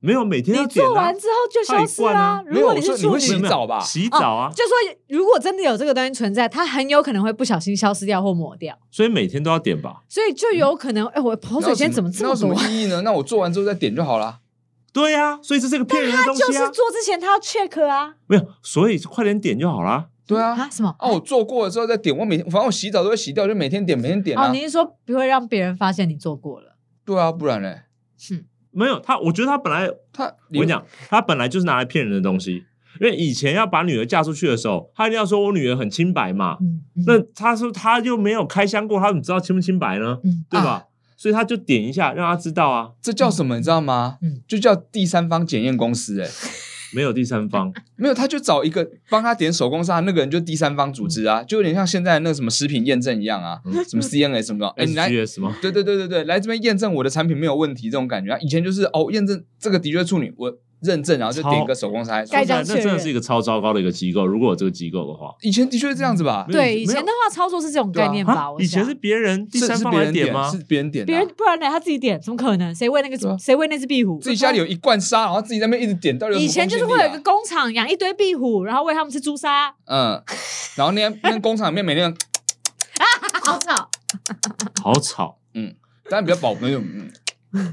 没有每天要
你
点
做
啊
完，之后就消
一
失啦。
它
罐啊
如果你
没有
是
我说你会
处女，
洗
没有没有
澡吧
洗澡啊，
就说如果真的有这个东西存在，它很有可能会不小心消失掉或抹掉，
所以每天都要点吧？
所以就有可能，哎，我口水今天怎么这
那有
么
什
多啊
么？意义呢？那我做完之后再点就好啦。
对呀、所以这是个骗人的东
就
西啊
是，做之前他要 check 啊
没有，所以快点点就好啦。
对
啊
啊，
什么？
啊，我做过了之后再点，我每天反正我洗澡都会洗掉，就每天点每天点
哦，
啊
你。是说不会让别人发现你做过了？
对啊，不然嘞，
没有他，我觉得他本来我
他我
跟你，讲，他本来就是拿来骗人的东西。因为以前要把女儿嫁出去的时候，他一定要说我女儿很清白嘛，
嗯，嗯
那他说他又没有开箱过，他怎么知道清不清白呢？
嗯
对吧？
啊
所以他就点一下，让他知道啊，
这叫什么？你知道吗
嗯？
就叫第三方检验公司。哎，
没有第 三方，
没有，他就找一个帮他点手工砂，那个人就第三方组织啊，就有点像现在那个什么食品验证一样啊，
嗯
什么 CNA 什么的。哎，你来，
SGS 吗？
对对对对对，来这边验证我的产品没有问题，这种感觉啊。以前就是哦，验证这个的确是处女，我认证，然后就点一个手工砂。
盖章
啊
确
那
认
真的是一个超糟糕的一个机构。如果有这个机构的话，
以前的确是这样子吧？
没有
对以前的话操作是这种概念吧？
啊
我
以
想
前是别人第
是
三
是
方
别
来
人
点
点
吗？
是别人点的
别
啊，
人不然呢？他自己点，怎么可能？谁喂那
对啊
个谁喂那只壁虎？
自己家里有一罐沙，然后自己在那边一直点，到底有什么
以前就是会
贡
有
献
一
力
个
啊
工厂养一堆壁虎，然后喂他们吃朱砂，
嗯，然后那天那工厂里面每天，
好吵。
好 吵，
当然比较饱，没有嗯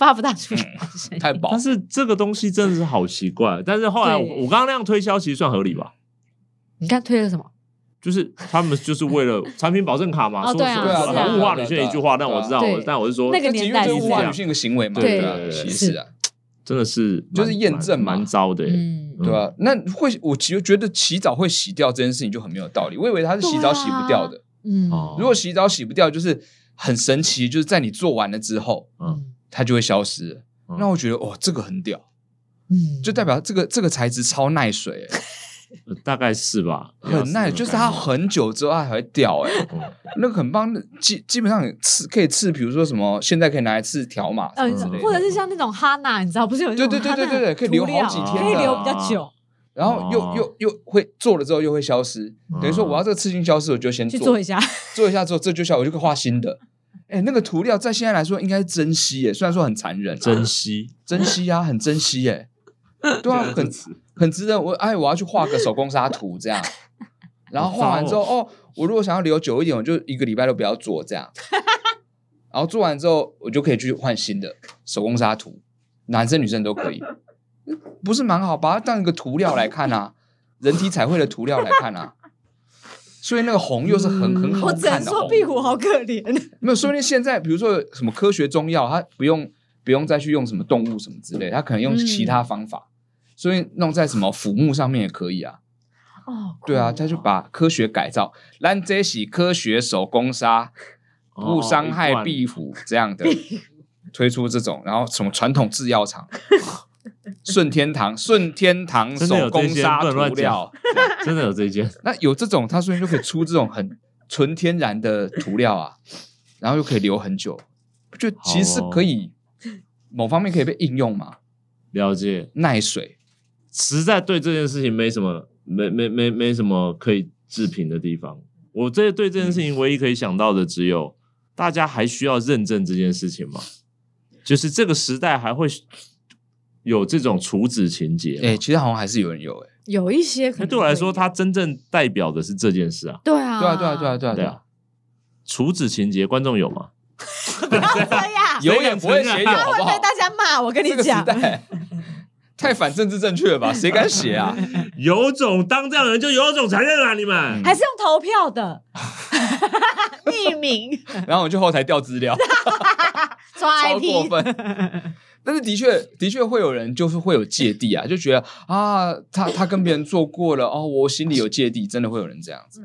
发不大出
嗯太饱
但。是这个东西真的是好奇怪。但是后来我
对
我刚刚那样推销其实算合理吧，
你看推了什么？
就是他们就是 为了产品保证卡嘛，
哦
说
对啊
说
是啊
说物化女性的一句话，
对啊
但我知道，
对啊
我但我是说
那个
这
年
其实
代
就是是物
这
化
样
女性的行为嘛，
对
啊，
对
歧
是
视啊。
真的是蛮
就是验证嘛
蛮蛮糟的欸。
嗯，
对啊，那会我其实觉得洗澡会洗掉这件事情就很没有道理。我以为他是洗
啊
澡洗不掉的，
嗯，
哦
如果洗澡洗不掉，就是很神奇，就是在你做完了之后，
嗯
它就会消失了。
嗯
哦那我觉得哇，这个很屌，
嗯，
就代表这个这个材质超耐水、 欸，
呃大概是吧，
很耐，
嗯
就是它很久之后它还会掉、欸，哎、
嗯
那个很棒，基基本上刺可以刺，比如说什么，现在可以拿来刺条码什
呃
么之类的，
或者是像那种哈娜，你知道不是有那种
对对对对
哈娜
对对可以留好几
涂料
天
可以
的
留比较久，
然后又、
哦
又又会做了之后又会消失，等于说
嗯
我要这个刺青消失，我就先
去
做
做一下。
做一下之后，这就效，我就可以画新的。哎、那个涂料在现在来说应该是珍惜耶，虽然说很残忍、啊，
珍惜，
珍惜啊，很珍惜耶。对啊，很很值得我哎，我要去画个手工沙图这样，然后画完之后哦，我如果想要留久一点，我就一个礼拜都不要做这样，然后做完之后我就可以去换新的手工沙图，男生女生都可以，不是蛮好？把它当一个涂料来看啊，人体彩绘的涂料来看啊，所以那个红又是很很好
嗯我只
嗯
能
看的
说
红。
壁虎好可怜，
没有，说不定现在比如说有什么科学中药，它不用不用再去用什么动物什么之类，它可能用
嗯
其他方法，所以弄在什么腐木上面也可以啊。
哦，
对啊，
酷
它就把科学改造，咱这是科学手工沙，
哦
不伤害壁
壁。
虎这样的，推出这种，然后什么传统制药厂。顺天堂，顺天堂
真的有
手工
这些
沙
不能乱
涂料，
真的有这一件，
那有这种，它说不定就可以出这种很纯天然的涂料啊，然后又可以留很久，不就其实是可以、某方面可以被应用嘛？
了解。
耐水，
实在对这件事情没什么，没没没没什么可以置评的地方。我这对这件事
嗯
情唯一可以想到的只有，大家还需要认证这件事情吗？就是这个时代还会有这种处子情节吗？
哎、其实好像还是有人有、欸，
有一些可
那
能
对我来说，
他
它真正代表的是这件事啊。
对啊，
对啊，对啊，对啊，，对啊，对
对啊
啊，
处子情节，观众有吗？
不要这样，
有也不会写有，好
会
不好
被？啊大家骂。我跟
这
你
个时
讲，
代 太反政治正确了吧？谁敢写啊？
有种当这样的人就有种承认啊！你们
还是用投 票的，匿名
然后我们去后台调资料，
抓
超
IP，
过分。 但是的确，的确会有人就是会有芥蒂啊，就觉得啊，他他跟别人做过了哦，我心里有芥蒂，真的会有人这样子。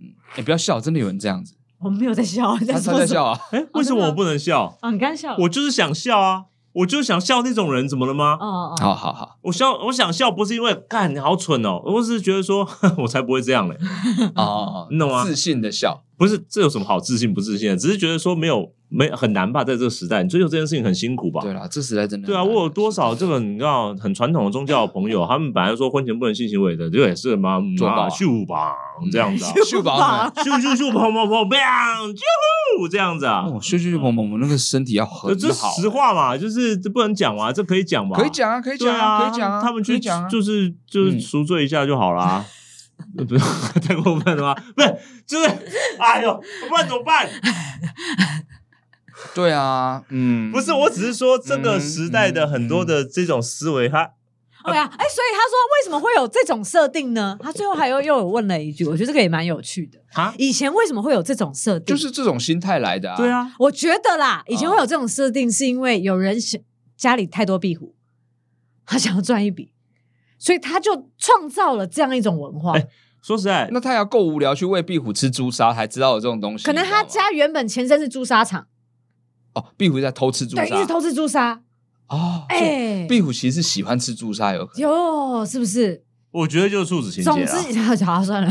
嗯
你、不要笑，真的有人这样子，
我没有在笑，你
他他
说
在
什么？
笑啊，
哎，为什么我不能笑？
啊，你刚才笑了，
我就是想笑啊，我就是想笑那种人，怎么了吗？
哦哦，
好好好
我笑，我想笑不是因为干你好蠢哦，我只是觉得说，我才不会这样嘞。
哦，
你懂吗
自信的笑，
不是，这有什么好自信不自信的？只是觉得说没有没很难吧，在这个时代，你追求这件事情很辛苦吧？
对啦，这时代真的
对啊，
很难
我有多少这个你知道很传统的宗教的朋友，他们本来说婚前不能性行为的，就也是嘛
做到
嘛
啊
秀吧这样子啊，
秀宝们，
咻咻咻砰砰砰砰咻这样子啊，
哦，秀秀萌萌，我那个身体要很
这
好，
实话嘛，就是这不能讲嘛，这可以讲嘛，
可以讲啊，可以
对
讲
啊，
可以讲啊，
他们
可
去
以讲啊，
就是就是
嗯
赎罪一下就 好啦。呃不是太过分了吗？不是，就是，哎呦，不然怎么办？
对啊，嗯，
不是，我只是说这个时代的很多的这种思维，它
对啊，哎，所以他说为什么会有这种设定呢？他最后还有又有问了一句，我觉得这个也蛮有趣的。
啊，
以前为什么会有这种设定？
就是这种心态来的啊，
对，啊，
我觉得啦，以前
哦
会有这种设定，是因为有人想家里太多壁虎，他想要赚一笔，所以他就创造了这样一种文化。
哎说实在，
那他要够无聊去喂壁虎吃朱砂，才知道有这种东西，
可能
哦
他
你知道吗
家原本前身是朱砂厂，
哦，壁虎在偷吃朱
对，一直
砂，
偷吃朱砂。
哦，所以
哎，
壁虎其实是喜欢吃朱砂，有可能。
哟，是不是？
我觉得就是处子情节
总
啊。
之， 好，好 算了。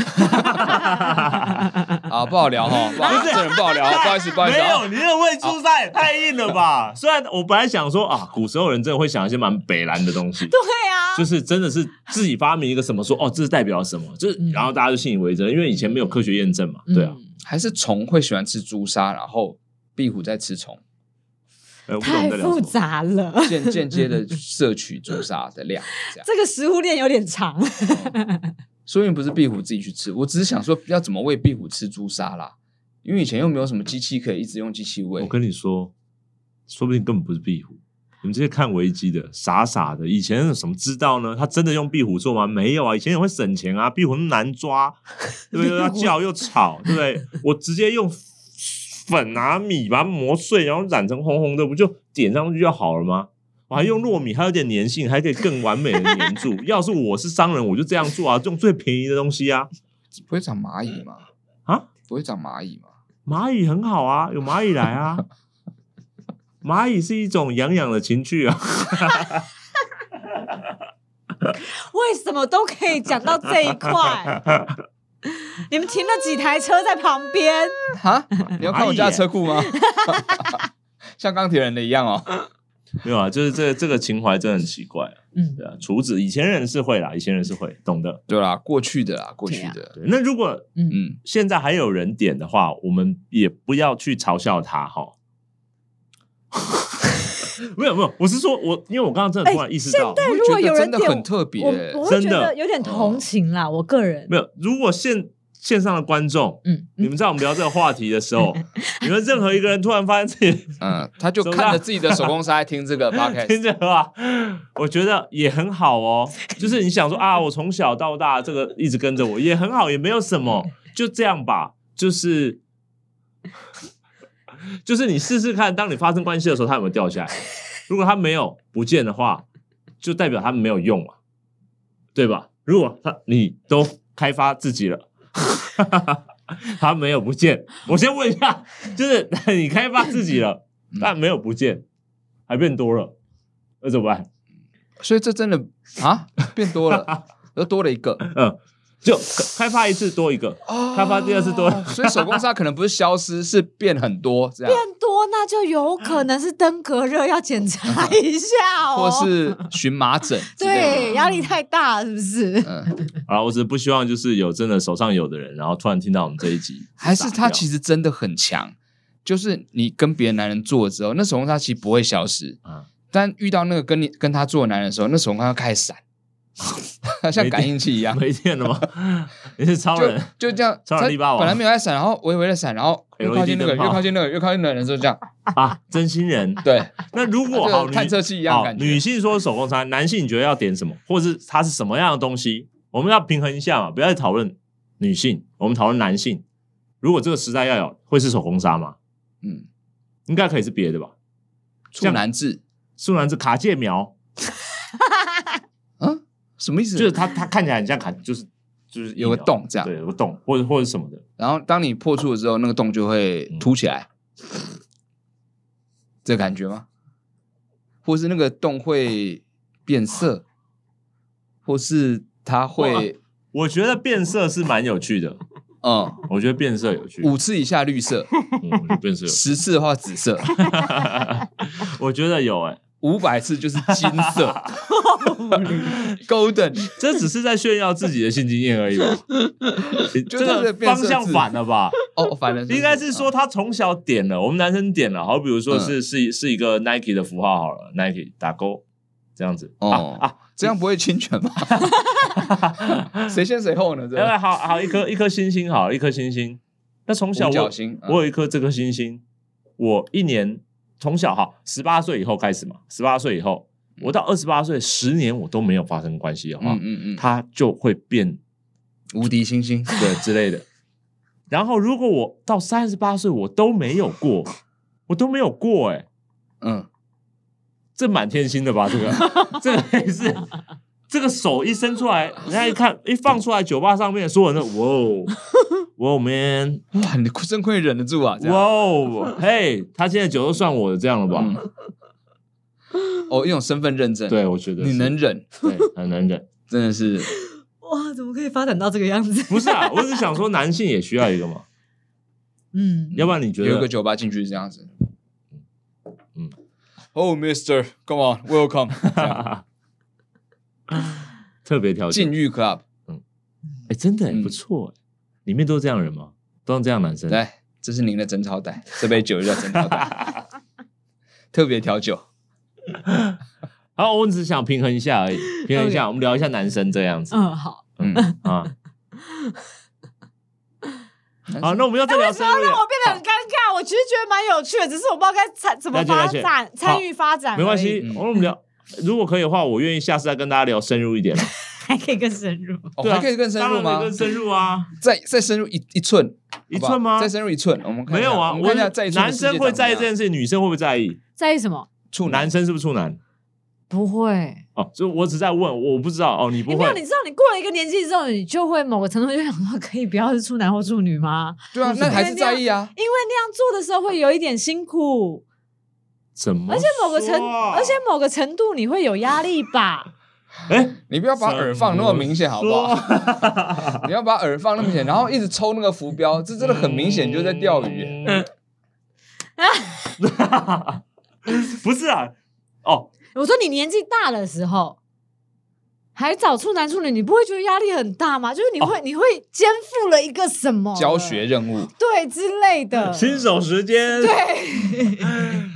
啊，不好聊哈，不好
不是
这人不 好聊，不好意思，不好意思
没有，
啊，
你认为出赛太硬了 吧？虽然我本来想说啊，古时候人真的会想一些蛮北蓝的东西，
对啊，
就是真的是自己发明一个什么说哦，这是代表什么，就是
嗯
然后大家就信以为真，因为以前没有科学验证嘛，对啊，
嗯
还是虫会喜欢吃朱砂，然后壁虎在吃虫，
哎我不懂
太
得了
复
什么。
杂了。
间间接的摄取朱砂的量，这样。
这个食物链有点长，
说明不是壁虎自己去吃，我只是想说要怎么喂壁虎吃朱砂啦，因为以前又没有什么机器可以一直用机器喂
我。跟你说，说不定根本不是壁虎。你们这些看维基的，傻傻的，以前有什么知道呢？他真的用壁虎做吗？没有啊，以前也会省钱啊，壁虎那么难抓，对不对？要叫又吵，对不对？我直接用粉啊米把它磨碎，然后染成红红的，不就点上去就好了吗？我还用糯米，还有点粘性，还可以更完美的粘住。要是我是商人，我就这样做啊，用最便宜的东西啊。
不会长蚂蚁吗？
啊，
不会长蚂蚁吗？
蚂蚁很好啊，有蚂蚁来 啊。蚂蚁是一种痒痒的情趣啊。
为什么都可以讲到这一块？你们停了几台车在旁边？
哈，你要看我家的车库吗？ 像钢铁人的一样 哦。
没有啊，就是这这个情怀真的很奇怪、啊，
嗯，
对啊，厨子以前人是会啦，以前人是会懂的。
对啦，过去的
啊
啦，过去的。
对那如果
嗯，
现在还有人点的话，我们也不要去嘲笑他哈。 没有没有，我是说我，因为我刚刚真的突然意识到，
哎现
我
代
会
如果
觉
有
得
人
真的
点
很特别
我
欸，
我会觉
真
得
的
有点同情啦，我个人
没，有，如果线线上的观众，
嗯，
你们在我们聊这个话题的 时候，你们任何一个人突然发现自己
嗯，他就
怎么
看着
啦
自己的手工沙在听 这个 podcast，
听着啊，我觉得也很好哦。就是你想说啊，我从小到大这个一直跟着我也很好，也没有什么，就这样吧。就是就是你试试看，当你发生关系的时候，它有没有掉下来？如果它没有不见的话，就代表它没有用嘛，对吧？如果它你都开发自己了。 它没有不见，我先问一下，就是 你开发自己了，但没有不见，还变多了，那怎么办？
所以这真的啊变多了，又多了一个。
嗯，就开发一次多一个，开发第二 次多
哦所以手工沙可能不是消失，是变很多这样，
更多那就有可能是登革热，要检查一下哦，
或是荨麻疹 之类的。
对压力太大了是不是？
嗯，
好了，我只是不希望就是有真的手上有的人，然后突然听到我们这一集，
还是他其
实
实真的很强，就是你跟别的男人做了之后，那手工沙其实不会消失，
嗯
但遇到那个跟你跟他做的男人的时候，那手工沙要开 始闪，像感应器一样。
没电了吗？ 你是超人，
就就这样，
超人
他
力霸王
本来没有在闪，然后微微的闪，然后越靠近那个，
LED 灯泡
越靠近那个，越靠近那个人就这样，
啊，真心人。
对，
那如果
就
好
是
女
探测器一样的
好
感觉。
女性说手工餐，男性你觉得要点什么，或者是它是什么样的东西？我们要平衡一下嘛，不要再讨论女性，我们讨论男性。如果这个时代要有，会是手工沙吗？
嗯，
应该可以是别的吧？
处男制，
素然是卡介苗，
嗯，什么意思？
就是它它看起来很像卡，就是就是
有个
疫苗
洞这样
对，有个洞或者或者什么的，
然后当你破处了之后，那个洞就会凸起来，这感觉吗？或是那个洞会变色，或是它会
我觉得变色是蛮有趣的，
嗯
我觉得变色有趣，
五次以下绿色，
嗯我觉得变色有趣，
十次的话紫 色，
我觉得有哎、
五百次就是金 色，golden。
这只是在炫耀自己的性经验而已吧，
就
这
是
个
变
方
色
向
字
反了吧？
哦，反正
应该是说他从小点了，我们男生点了，好比如说
嗯
是是是一个 Nike 的符号好了，Nike 打勾这样子
哦
啊啊，
这样不会侵权 吧？谁先谁后呢？这
另外哎好好一颗一颗星星好了，一颗星星，那从小
五角
我
星，嗯
我有一颗这颗星星，我一年从小哈，十八岁以后开始嘛，十八岁以后，我到二十八岁，十年我都没有发生关系的话，
嗯嗯嗯，
它就会变
无敌星星，
对之 类的。然后如果我到三十八岁我都没有过，我都没有过、欸，哎，
嗯，
这满天星的吧？这个这个也是。这个手一伸出来，人家一看，一放出来，酒吧上面所有人都哇哦，哇哦 man，
哇，你真会忍得住 啊！这
哇
样
哦，嘿，他现在酒都算我的这样了吧？
嗯哦，一种身份认证，，
对，我觉得
你
是
能忍，
对，很能忍。
真的是
哇，怎么可以发展到这个样子？
不是啊，我只是想说，男性也需要一个嘛，
嗯，
要不然你觉
有一个
得？
酒吧进去是这样子，嗯
嗯
，Oh Mister, come on, welcome，这样
特别条件，
禁欲 club，
哎，真的
嗯
不错，里面都是这样的人吗？都是这样的男生？
来，这是您的贞操带，这杯酒就叫贞操带，特别调酒，
好，我只是想平衡一下 而已，平衡一
OK
下，我们聊一下男生这样子
嗯，好，
嗯，
啊。
生
好，那我们要再聊深入一点
哦我，变得很尴尬。我其实觉得蛮有趣的，只是我不知道该参怎么
了解
发
了
展、
解
参与发展而已。
没关系
嗯，
我 们聊。如果可以的话，我愿意下次再跟大家聊深入一点。
还可以更深入。
哦，
对啊
还可以更深入
当然
吗
可以？更深入啊，
再再深入一一寸，
一
好不好
寸吗？
再深入一寸，我们看
没
一下
有啊，
我
我
们看一下
是
再一寸的
男
世界
生会在意
长怎
这
么样
件事，女生会不会在意？
在意什么？
处
男生是不是处男？
不会，
哦，就我只在问，我不知道哦，你
你
不
没有，
会
你知道，你过了一个年纪之后，你就会某个程度就想说，可以不要是处男或处女吗？
对啊，那还是在意啊，
因为那样做的时候会有一点辛苦，
怎么
而
说啊？啊
且某个程，而且某个程度你会有压力吧？
哎，
你不要把耳放那么明显，好不好？
好？
你要把耳放那么明显，然后一直抽那个浮标，这真的很明显就在钓鱼耶。
嗯。 不是啊，哦，
我说你年纪大的时候，还找处男处女，你不会觉得压力很大吗？就是你会、你会肩负了一个什么
教学任务，
对之类的，
新手时
嗯
间，
对，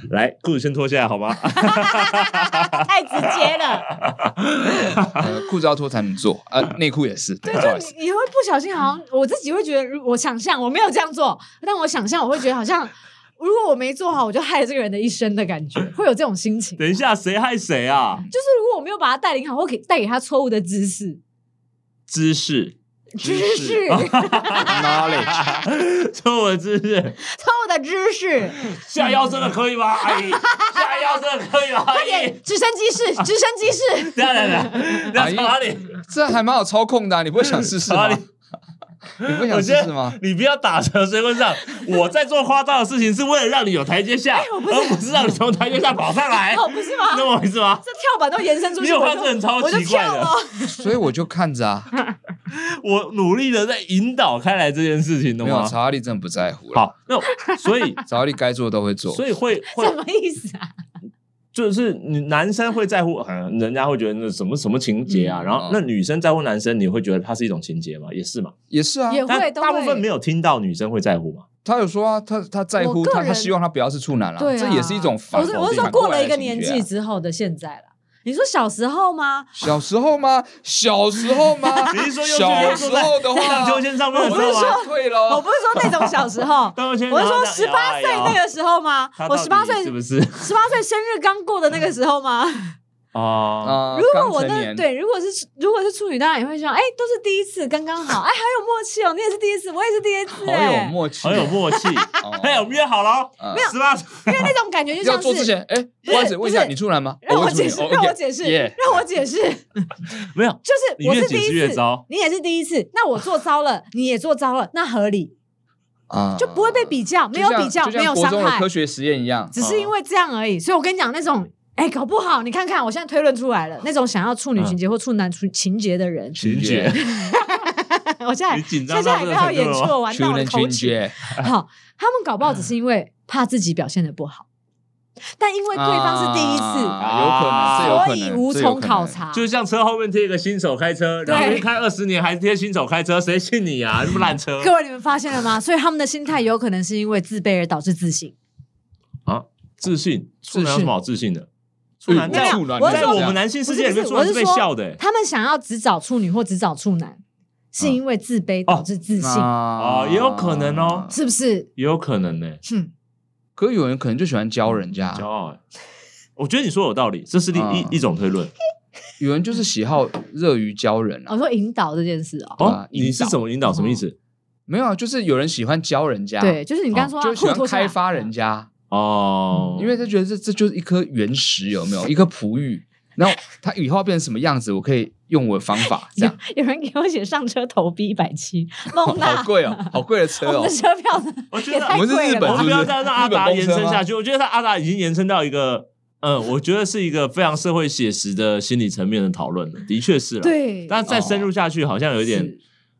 来裤子先脱下来好吗？
太直接了。
呃裤子要脱才能做，呃，内裤也是，不 好意思。
你你会不小心，好像我自己会觉得，如我想象我没有这样做，但我想象我会觉得好像。如果我没做好，我就害了这个人的一生的感觉，会有这种心情。
等一下，谁害谁啊？
就是如果我没有把他带领好，或给带给他错误的知识，
知识，
知
知
识
识，啊
knowledge，
错误的知识，
错误的知 识，
下腰真的可以吗？阿 姨，下腰真的可以吗？阿
快
姨
点，，直升机
啊
式，直升机 式。
等一下等一下等一下，
阿姨
朝哪里？
这还蛮有操控的啊，你不会想试试吗？
哪里
你不会想试试吗？
你不要打蛇随棍上。我在做夸张的事情，是为了让你有台阶
哎
下，而不是让你从台阶下跑 上来。
哦，不是吗？
那我意思吗？
这跳板都延伸出
你
去，
哎有
我
发
就
现很超
我就
奇怪
跳
的
了。，
所以我就看着啊，
我努力的在引导开来这件事情，懂
没有啊
吗？
查理真的不在乎了。
好，那我 所以
查理该做的都会做，
所以会会
什么意思啊？
就是你男生会在乎，嗯，人家会觉得那什么什么情节啊，
嗯
然后那女生在乎男生，你会觉得它是一种情节嘛，也是嘛。
也是啊。
也会
但
都
大部分
会
没有听到女生会在乎嘛。
他有说啊，他他在
我
乎
个
他，他
人
希望他不要是处男啦，
对啊，
这也是一种反
我
否
是
定。
我是说
反过
过
来
了
的
一个
情
年
绪啊
纪之后的现在了。你说小时候吗？
小时候吗？小时候 吗？
你是说幼稚
小
园
时候的
荡
话，
秋千上面的时
我不是
候啊，，
说
退
我
了哦
不。是说那种小时候
荡秋千，
我是
然
说
后这样
十八岁
摇啊摇啊
那个时候吗
他？到
我
底
十八岁，
是不
十
是
八岁生日刚过的那个时候吗？
啊？
啊，
如
刚
果我
成
的
年
对，如果是如果是处女，当然也会想，哎，都是第一次，刚刚好，哎，好有默契哦，你也是第一次，我也是第一次，
好有
哎，
默契，
好有默契，
哦
哎，我们约好了哦，
嗯
十八
因为那种感觉就
要
像
做之
是。
前，哎，不好意思，
不
问一下，
是
你处男吗？
让
哦
我
我处
解
女
释，
哦
让我
OK
解释，
耶
让我解释，
没有，
就是
你
我
越
是
解
第
释
一
越
次，
糟。
你也是第一次，那我做糟了，你也做糟了，那合理，
啊，
就不会被比较，没有比较，
就像
没有
国
伤
中的
害
科，学实验一 样，
只
哦
是因为这样而已。所以我跟你讲，那种哎，搞不好你看看，我现在推论出来了，那种想要处
嗯
女情节或处男处情节的人，
情节，
我现在
你紧
现
张
在
到
还
这
没
个
有
程
演
度
出，
了吗？
我玩
处
到我的
男
口
情
齿。
节，
好，他们搞不好只是因为怕自己表现的不好，但因为对方是第一次，
啊有可能，这有
所以
可能
无从考。察。
就像车后面贴一个新手开车，
啊对
然后你开二十年还贴新手开车，谁信你 啊？这么烂车
各位，你们发现了吗？所以他们的心态有可能是因为自卑而导致自信。
啊！自信，处男有什么好自信的？
这
处
有可能
男
没
在
有
处男
我是
在
说
我们男性世界里面，
不是
处
不是
男被
我是说
笑的欸
他们想要只找处女或只找处男，是因为自卑导致自信，
啊
嗯哦也有可能哦
是不是？
也有可能呢，
哼，
可有人可能就喜欢教人家，
啊
骄傲欸。我觉得你说有道理，这是另一
啊
一种推论。
有人就是喜好热于教人
我
啊。
说引导这件事哦，
对啊
哦，你是怎么引导？什么意思？
没有啊，就是有人喜欢教人家，
对，，就是你啊刚刚说
哦就
要
喜
裤
欢
脱下来
开发 人，家，
嗯
哦，
因为他觉得这这就是一颗原石，有没有？一颗璞玉，然后他以后要变成什么样子，我可以用我的方 法这
有
样。
有人给我写上车投币一 百七，梦
好
娜，
贵哦，好贵的车
我们
哦
的！车票
我觉
也
得
太
我们是
贵
日
了
本
我
吧
们
是
不要再让阿达
日本公啊
延
车吗
伸下去。我觉得他阿达已经延伸到一个，嗯，我觉得是一个非常社会写实的心理层面的讨论了，的确是了。，
对，
但再深入下去，好像有一点，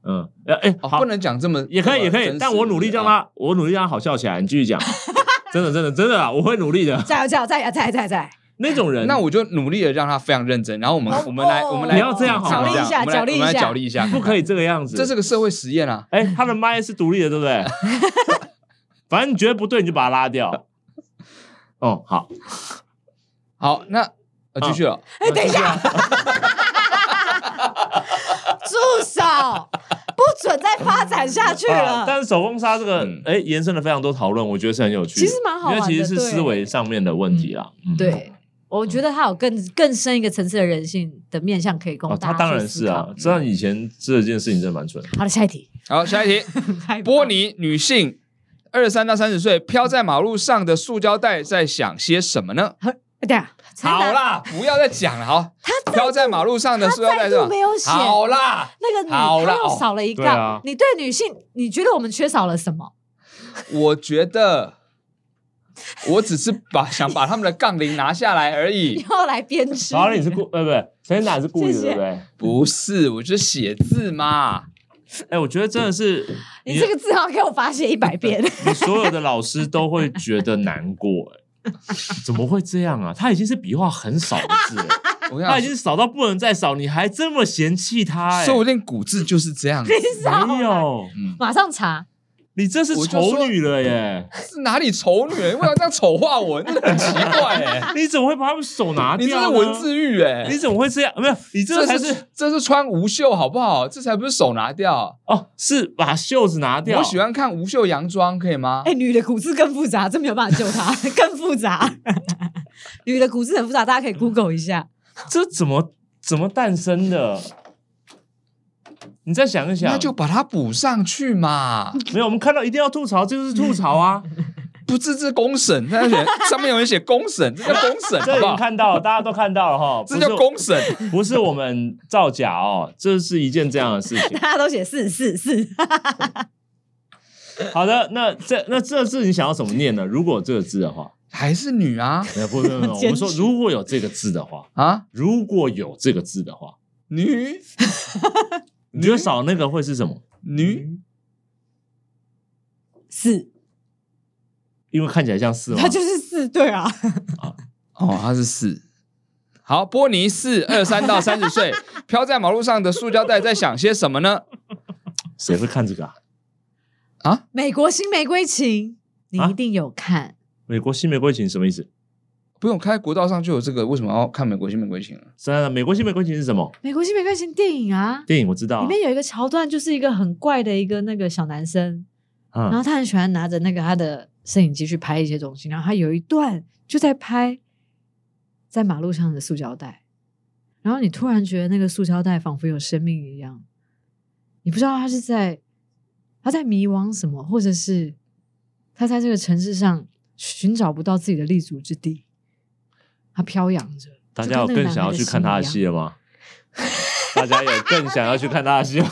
嗯，哎哎，
哦
好
不，能讲这么
也可以，也可以，但我努力让
他
他，我努力让他好笑起来。你 继续讲，真的，真的，真的啊，我会努力的。
加油加油，再来再来再来再来，
那种人，
那我就努力的让他非常认真，然后我们
哦
我们来
哦
我们来
不要这样好吗
我们来
奖励一下
我们来
奖
奖
励
励一下，
不可以，这个样 子。
这是个社会实验啊！
哎，他的麦是独立的，对不对？ 反正你觉得不对，你就把它拉掉。哦，好，
好，那呃继续了，
哎，等一下，住手，不准再发展下去
啊
了。
但是手工沙这个
嗯，
哎，延伸了非常多讨论，我觉得是很有趣的。
其实蛮好玩的
因为其实是
对
思维上面的问题啦。嗯，
对，我觉得他有更更深一个层次的人性的面向可以供
哦，
大家、
他当然是啊。，知道以前这件事情真的蛮蠢的。
好了，下 一题，
好，下一 题，波尼女性。二十三到三十岁，飘在马路上的塑胶袋在想些什么呢？
对啊，陈
好
达
啦，不要再讲了，好。飘在马路上的塑胶
再
袋是吧
度没？有写
好啦，
那个女，
好啦
他又
哦
少了一
对
杠
啊。
你对女性，你觉得我们缺少了什么？
我觉得我只是把想把他们的杠铃拿下来而已。
要来编织。
然后你是故，呃，不对，陈建达是故意的，
谢谢
对不对？
不是，我就是写字嘛。
哎，我觉得真的是
你这个字号给我罚写一百 遍。
你所有的老师都会觉得难过、哎， 怎么会这样啊？他已经是笔画很少的 字了，
我
他
想
已，经少到不能再少，你还这么嫌弃他、哎，
说不定古字就是这 样子。
没有，
嗯，
马上查，
你这是
我就说
丑女了耶！
是哪里丑女？为什么要这样丑化我？ 真的很奇怪哎、
你怎么会把他们手拿掉？
你这是文，字狱哎、
你怎么会这样？没有，你这才是
是这是穿无袖好不好？这才不是手拿掉。
哦，是把袖子拿掉。
我喜欢看无袖洋装，可以吗？
哎、女的骨质更复杂，真没有办法救她， 更复杂。 女的骨质很复杂，大家可以 Google 一下。
这怎么怎么诞生的？你再想一想，
那就把它补上去嘛，
没有。我们看到一定要吐槽，这就是吐 槽啊！
不自治公审，那写 上面有人写公审，这叫公审
这
好
已
不
经
好？
看到了，大家都看到了哈。
这
不
叫
是
公审，
不是我们造假哦，这是一件这样的事情。
大家都写四四四，
好的，那这那这字你想要怎么念呢？如果有这个字的话，
还是女啊
没有不 不不，我
坚
们
持
说如果有这个字的话，
啊
如果有这个字的话，
女
你觉得少那个会是什么？
女
四，
因为看起来像四吗
它？就是四，对啊。
哦，她是四。好，波尼四二三到三十岁，飘在马路上的塑胶袋在想些什么呢？
谁会看这个啊？
美国新玫瑰情，你
啊
一定有看。
美国新玫瑰情什么意思？
不用开国道上就有这个，为什么要看美国新玫瑰情呢？
三啊，美国新玫瑰情是什么
美国新玫瑰情电影啊，
电影？我知道
里
啊，
面有一个桥段，就是一个很怪的一个那个小男生，然后
嗯，
他很喜欢拿着那个他的摄影机去拍一些东西，然后他有一段就在拍在马路上的塑胶袋，然后你突然觉得那个塑胶袋仿佛有生命一样，你不知道他是在他在迷惘什么，或者是他在这个城市上寻找不到自己的立足之地，他飘扬着。
大
就
家有
跟那个
更
男
想要
孩
去看他的
心一样
戏了吗？大家有更想要去看他的戏吗？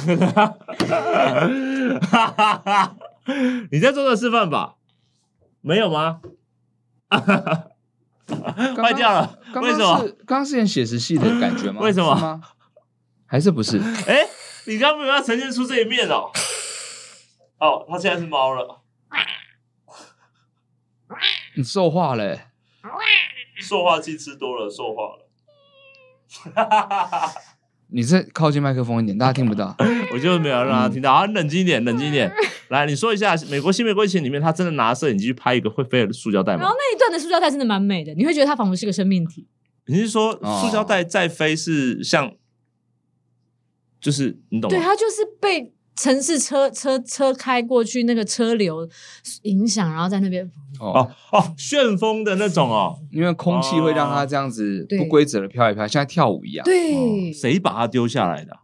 你在做这示范吧？没有吗？
刚
坏
刚
掉了，
刚
为
刚
什么
是？刚刚是演写实系的感觉吗？
为什么
是吗？还是不是？
哎，你刚刚没有要呈现出这一面哦。哦，它现在是猫了，
你受化了欸、
塑化剂吃多了，塑化了。
你再靠近麦克风一点，大家听不到。
我就是没有让他听
嗯
到。好，你冷静一点，冷静一点。来，你说一下《美国新玫瑰情》里面，他真的拿摄影机去拍一个会飞的塑胶袋
然
吗
后？那一段的塑胶袋真的蛮美的，你会觉得它仿佛是个生命体。
你是说
哦
塑胶袋在飞是像，就是你懂
对，
吗？
它就是被城市车车车开过去那个车流影响，然后在那边
哦，
哦哦，旋风的那种哦，
因为空气会让它这样子
对
不规则的飘来飘，像跳舞一样。
对、
哦谁把它丢下来的啊？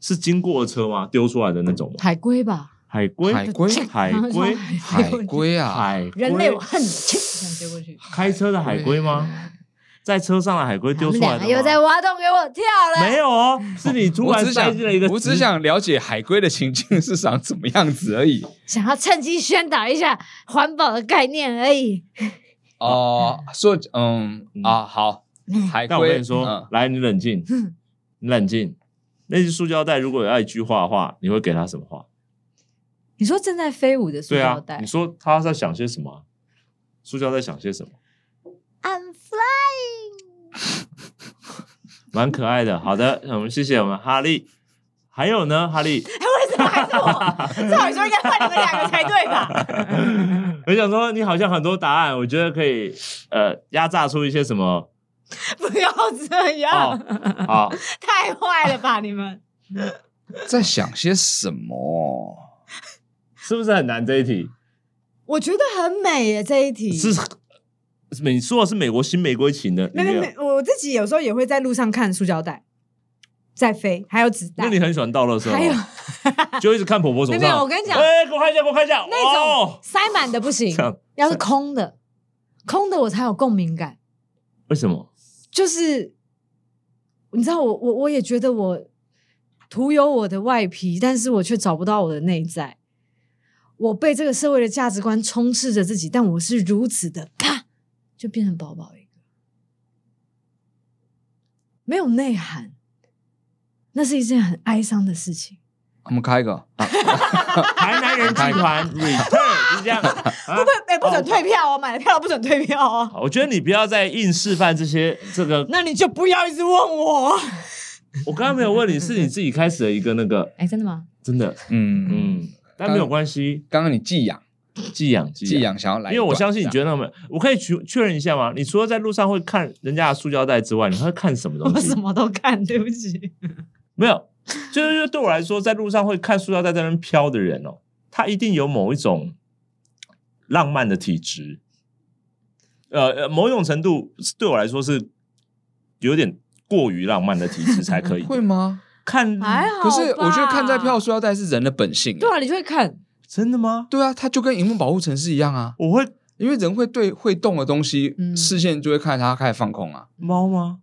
是经过的车吗？丢出来的那种吗？
海龟吧，
海龟，
海龟
海龟，
海龟啊，
海龟，
人类我恨你，切这样丢过去，
开车的海 龟吗？在车上的海龟丢出来的吗？
又在挖洞给我跳了，
没有哦，是你 突
我
然
只
塞
想
进了一个，，嗯
我只想了解海龟的情境是长什么样子而已。
想要趁机宣导一下环保的概念而已。
哦，说嗯
嗯
啊，好，海
但我跟
龟
你说
嗯，
来，你 冷静，你冷静。那只塑胶袋如果要一句话的话，你会给他什么话？
你说正在飞舞的塑
对
胶
啊
袋、，
你说他在想些什么啊？塑胶在想些什么？
i m flying，
蛮可爱的。好的，我们谢谢我们哈利。还有呢，哈利，
哎，为什么还是我？ 这好像应该换你们两个才对吧？
我想说你好像很多答案，我觉得可以呃压榨出一些什么
不要这样，
哦，好，
太坏了吧你们！
在想些什么？
是不是很难这一题？
我觉得很美耶，这一题
是你说的是美国新玫瑰情的，啊
没没
里面
没，我自己有时候也会在路上看塑胶袋在飞，还有子
那
弹
你，很喜欢倒垃圾、哦，
还有
就一直看婆婆手上。
没有没有我跟你讲
哎、给我看一下，给我看一下，
那种、
哦、
塞满的不行
这样，
要是空的，空的我才有共鸣感。
为什么？
就是你知道我，我我也觉得我徒有我的外皮，但是我却找不到我的内在。我被这个社会的价值观充斥着自己，但我是如此的啪，就变成宝宝一个，没有内涵，那是一件很哀伤的事情。
我们开一个，啊
台南人集 团 return 就是这样。啊
哎、不准退票哦，买了票不准退票哦。
我觉得你不要再硬示范这些这个。
那你就不要一直问我。
我刚刚没有问你，是你自己开始的一个那个，
哎、真的吗？
真的，
嗯，
嗯，但没有关系，
刚刚你寄养，
寄养
寄
寄养。
养想要来一段，
因为我相信你
得
觉得他们，我可以确确认一下吗？你除了在路上会看人家的塑胶袋之外，你还会看什么东
我
西
什？么都看，对不起。
没有，就是因为对我来说，在路上会看塑胶袋在那边飘的人哦，他一定有某一种浪漫的体质，呃，呃某种程度对我来说是有点过于浪漫的体质 才可以
会吗？
看。
还好吧。
可是我觉得看在票塑料袋是人的本性，
对啊，你就会看。
真的吗？
对啊，它就跟荧幕保护层是一样啊，
我会
因为人会对会动的东西，
嗯
视线就会看着它开始放空啊。
猫吗？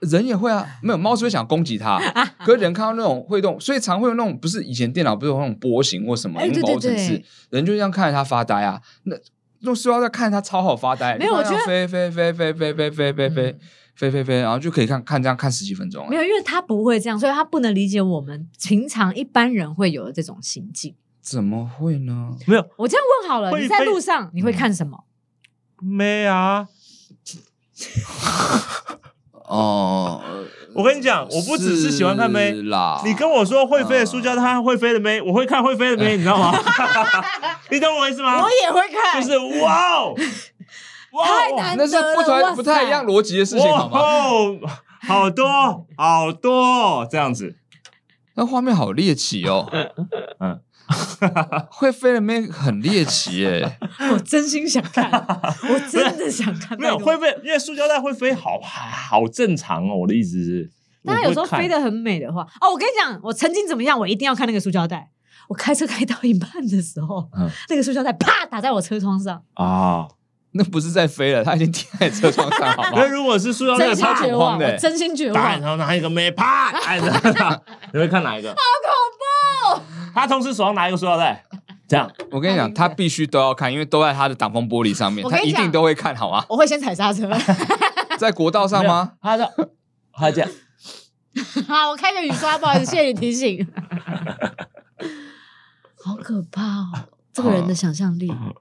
人也会 啊，没有猫是会想攻击它，可是人看到那种会动，所以常会有那种不是以前电脑不是有那种波形或什么
哎
荧幕
对
保护层
对
是
对，
人就这样看着它发呆啊。那用塑料袋看着它超好发呆，
没有
就看
我觉嗯
它飞飞飞飞飞飞飞飞飞飞飞飞，然后就可以看看这样看十几分钟啊
没。有，因为他不会这样，所以他不能理解我们平常一般人会有的这种行径。
怎么会呢？
没有
我这样问好了，
会
你在
被
路上你会看什么？
没啊！
哦，
我跟你讲，我不只是喜欢看妹。
啦，
你跟我说会飞的塑胶，它会飞的妹，我会看会飞的
嗯
妹，你知 道吗？你懂我意思吗？
也会看
啊就是哇 哦，哇哦，
太难
那是不
哇
同
塞
不太一样逻辑的事情，好吗？
哇哦，好多好多这样子，
那画面好猎奇哦，
嗯
嗯，会飞的妹很猎奇耶，
我真心想 看，我真的想看。
没有
拜托
会，飞，因为塑胶袋会飞好，好好正常哦。我的意思是，
但他有时候
我会看
飞得很美的话，哦，我跟你讲，我曾经怎么样，我一定要看那个塑胶袋。我开车开到一半的时候，
嗯
那个塑胶袋啪打在我车窗上，
啊，
那不是在飞了，它已经贴在车窗上，好
因
吗？
为如果是塑胶袋
真心
啪
绝
恐
望，
慌的
我真心绝
打，
望
然。后拿一个妹 啪按着它，你会看哪一个？好
哦
恐怖！他同时手上拿一个塑料袋，这样
我跟你讲，他必须都要看，因为都在他的挡风玻璃上面，
哎我跟
他
你
一
讲
定都会看，好 吗？
我会先踩刹车，
在国道上吗？？
没 有他这他这样，
好，我开个雨刷，不好意思，谢谢你提醒。 好可怕哦！这个人的想象力，
哦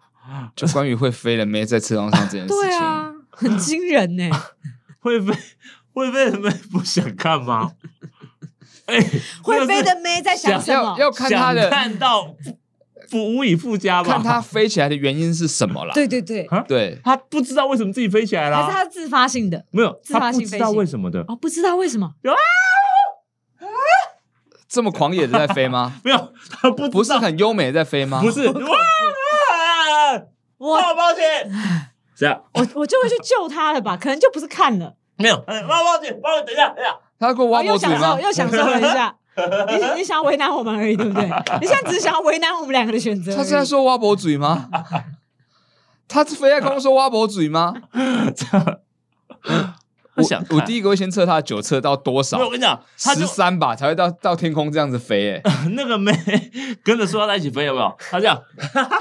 就关于会飞的妹在车窗上这件事
对
情，
啊，很惊 人呢。
会飞会飞的妹不想看 吗？哎，
会飞的妹在想什么
要？要看他
想
的
看到不无以复加吧？
看他飞起来的原因是什么啦？
对对对，
啊
对，
他不知道为什么自己飞起来
还是
啦，
他自发性的？
没有，
自
他
发
不
性
知道
飞行
为什么的，
哦，不知道为什么，
这么狂野的在飞 吗？
没有，他不
不
知
是
道，
很优美的在飞吗？
不是哇，啊
我
抱抱姐，这样
我我就会去救他了吧？可 能就不是看了，
没有，嗯抱抱姐，抱抱等一下，等一下，
他给我
我
挖
哦又
脖子
享
吗
受？又享受了一下。你你想要为难我们而已，对不对？你现在只是想要为难我们两个的选择而已。
他是在 说挖脖嘴吗？他是非在跟我说挖脖嘴 吗？
我
我
想看
我第一个会先测他的酒测到多
没
少
有，我，跟你讲，他就
十三吧，才会到到天空这样子飞。哎，
那个妹跟着塑料袋一起飞，有没有？他这样， 哈哈哈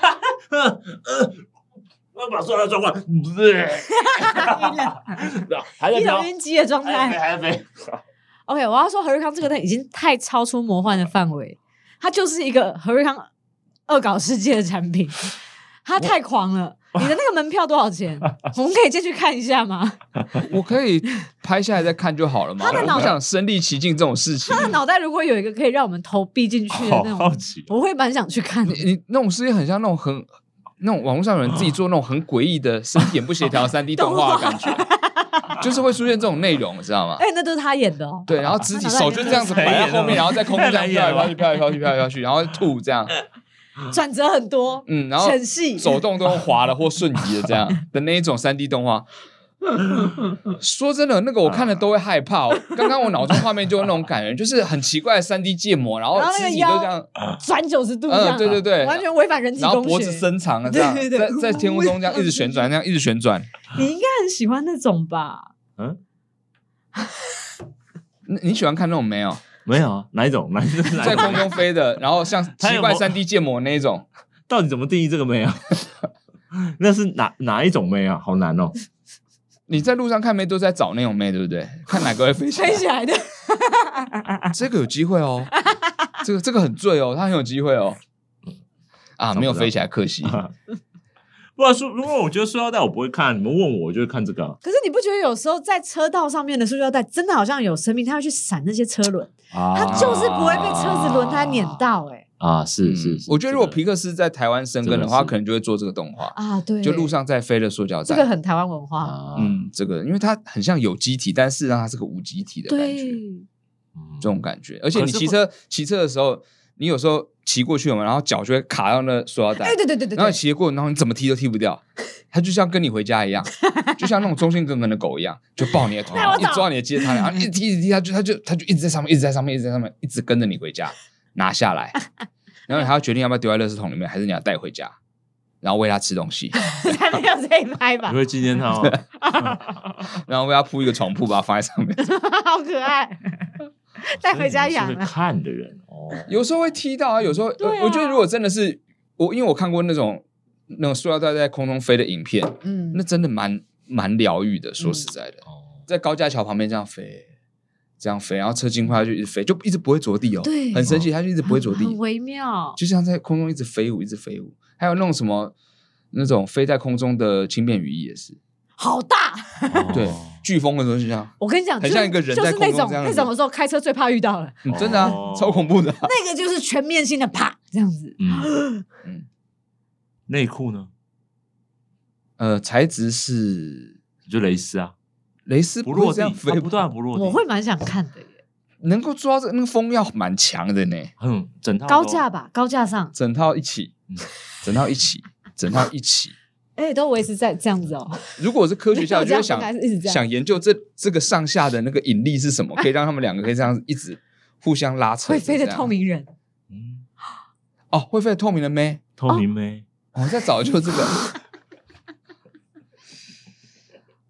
哈哈，呃要把塑料袋抓过来， 还在
一
飘
种，晕机的状
还在飞，
态。
还在飞。
OK，我要说何瑞康这个灯已经太超出魔幻的范围，它就是一个何瑞康恶搞世界的产 品，它太狂了。你的那个门票多少 钱？我们可以进去看一下吗？
我可以拍下来再看就好了嘛。
他的
我
脑
不想身临其境这种事情
他，的脑袋如果有一个可以让我们投币进去的
好
那种，
好奇哦，
我会蛮想去看的。
你你那种事情很像那种很那种网络上有人自己做那种很诡异的身体很不协 调三 D 动画的感觉，就是会出现这种内容，知道吗？
哎、那都是他演的哦。
对，然后肢体手就这样 子摆在后面，然后在空中这样飘来飘去、飘来飘去、飘来飘去，然后吐这样，
转折很多，
嗯，然后
很细。
手动都滑了或瞬移的这样 的那一种三 D 动画。说真的，那个我看了都会害怕、 哦。刚刚我脑中画面就有那种感觉，就是很奇怪的三 D 建模，然后
然后那
肢
个
体
腰
都这样，
转九十度这样，啊
嗯对对对
完全违反人体
然后
工学。
脖子伸长了这样
对，对
在
对
在天空中 这样一直旋转，那样一直旋转。
你应该很喜欢那种吧？
嗯，
你你喜欢看那种没有？
没有啊，哪一种？哪一种？哪
在
一种
空中飞的，然后像
它
奇
有
怪
某
三 D 建模那一种，
到底怎么定义这个妹啊？ 那是哪哪一种妹啊？好难哦！
你在路上看妹都在找那种妹，对不 对？看哪个会飞起 来
飞。起来的，
这个有机会哦，这个这个很醉哦，他很有机会哦。啊，没有飞起来，可 惜。
不然说，如果我觉得塑料袋我不会看，你们问我，我就会看这个啊
可是你不觉得有时候在车道上面的塑胶袋真的好像有生命，它要去闪那些车轮，它
啊。
就是不会被车子轮胎碾到、欸，
啊，是
嗯
是是，
我觉得如果
这个
皮克斯在台湾生根的话，
这个是
可能就会做这个动画，
啊，对，
就路上在飞的塑胶
这个
袋。
很台湾文化，
啊，
嗯，这个因为它很像有机体，但事实上它是个无机体的感
对
觉，这种感觉。而且你
可是
骑车骑车的时候，你有时候骑过去有没有然后脚就会卡到那塑料袋
哎，，对对对对
然后
对
你，骑过，然后你怎么踢都踢不掉，它就像跟你回家一样，就像那种忠心耿耿的狗一样，就抱你的头，
那我
一抓你的鸡汤，然后一直踢一直踢，它就它就它就一直在上面，一直在上面，一直在上面，一直跟着你回家，拿下 来，然后你还要决定要不要丢在垃圾桶里面，还是你要带回家，然后喂它吃东西，
才没有这一拍吧
你，会纪念他吗？
然后为它铺一个床铺，把它放在上 面。
好可 爱，带回家养
所以你们
啊
是会看的人哦，
有时候会踢到啊，有时候、
对啊
我我觉得如果真的是我，因为我看过那种那种塑料袋在空中飞的影片，
嗯
那，真的蛮蛮疗愈的，说实在的。
哦
在高架桥旁边这样飞，这样飞，然后车经过它就一直飞，就一直不会着地哦，
对啊
很神奇，它就一直不会着地
很，很微妙，
就像在空中一直飞舞，一直飞舞。还有那种什么那种飞在空中的轻便雨衣也是，
好大。
哦
对，飓风的时候就这样，
我跟你讲，
很
就是
像一个人
就是
在空
那
中
种
这样子
那种的时候，开车最怕遇到了，
嗯真的啊
哦，
超恐怖的啊。
那个就是全面性的啪这样子。
嗯
嗯
内裤呢？
呃，材质是
就蕾丝啊，
蕾丝
不
会
落
这
地，
样
它
飞，
不断不落地，
我会蛮想看的耶，
能够抓着那个风要蛮强的呢，
嗯，整套
高
都
架吧，高架上，
整套一起
嗯，
整套一起，整套一起。
哎，都维持在这样子哦。
如果我是科学家，我
没有
就会
这
想
样分开是一直这样
想研究这这个上下的那个引力是什么，可以让他们两个可以这样子一直互相拉扯。
会飞的
这样啊
透明人，
嗯
哦，会飞的透明的妹，
透
哦
明妹，
我在找就这个。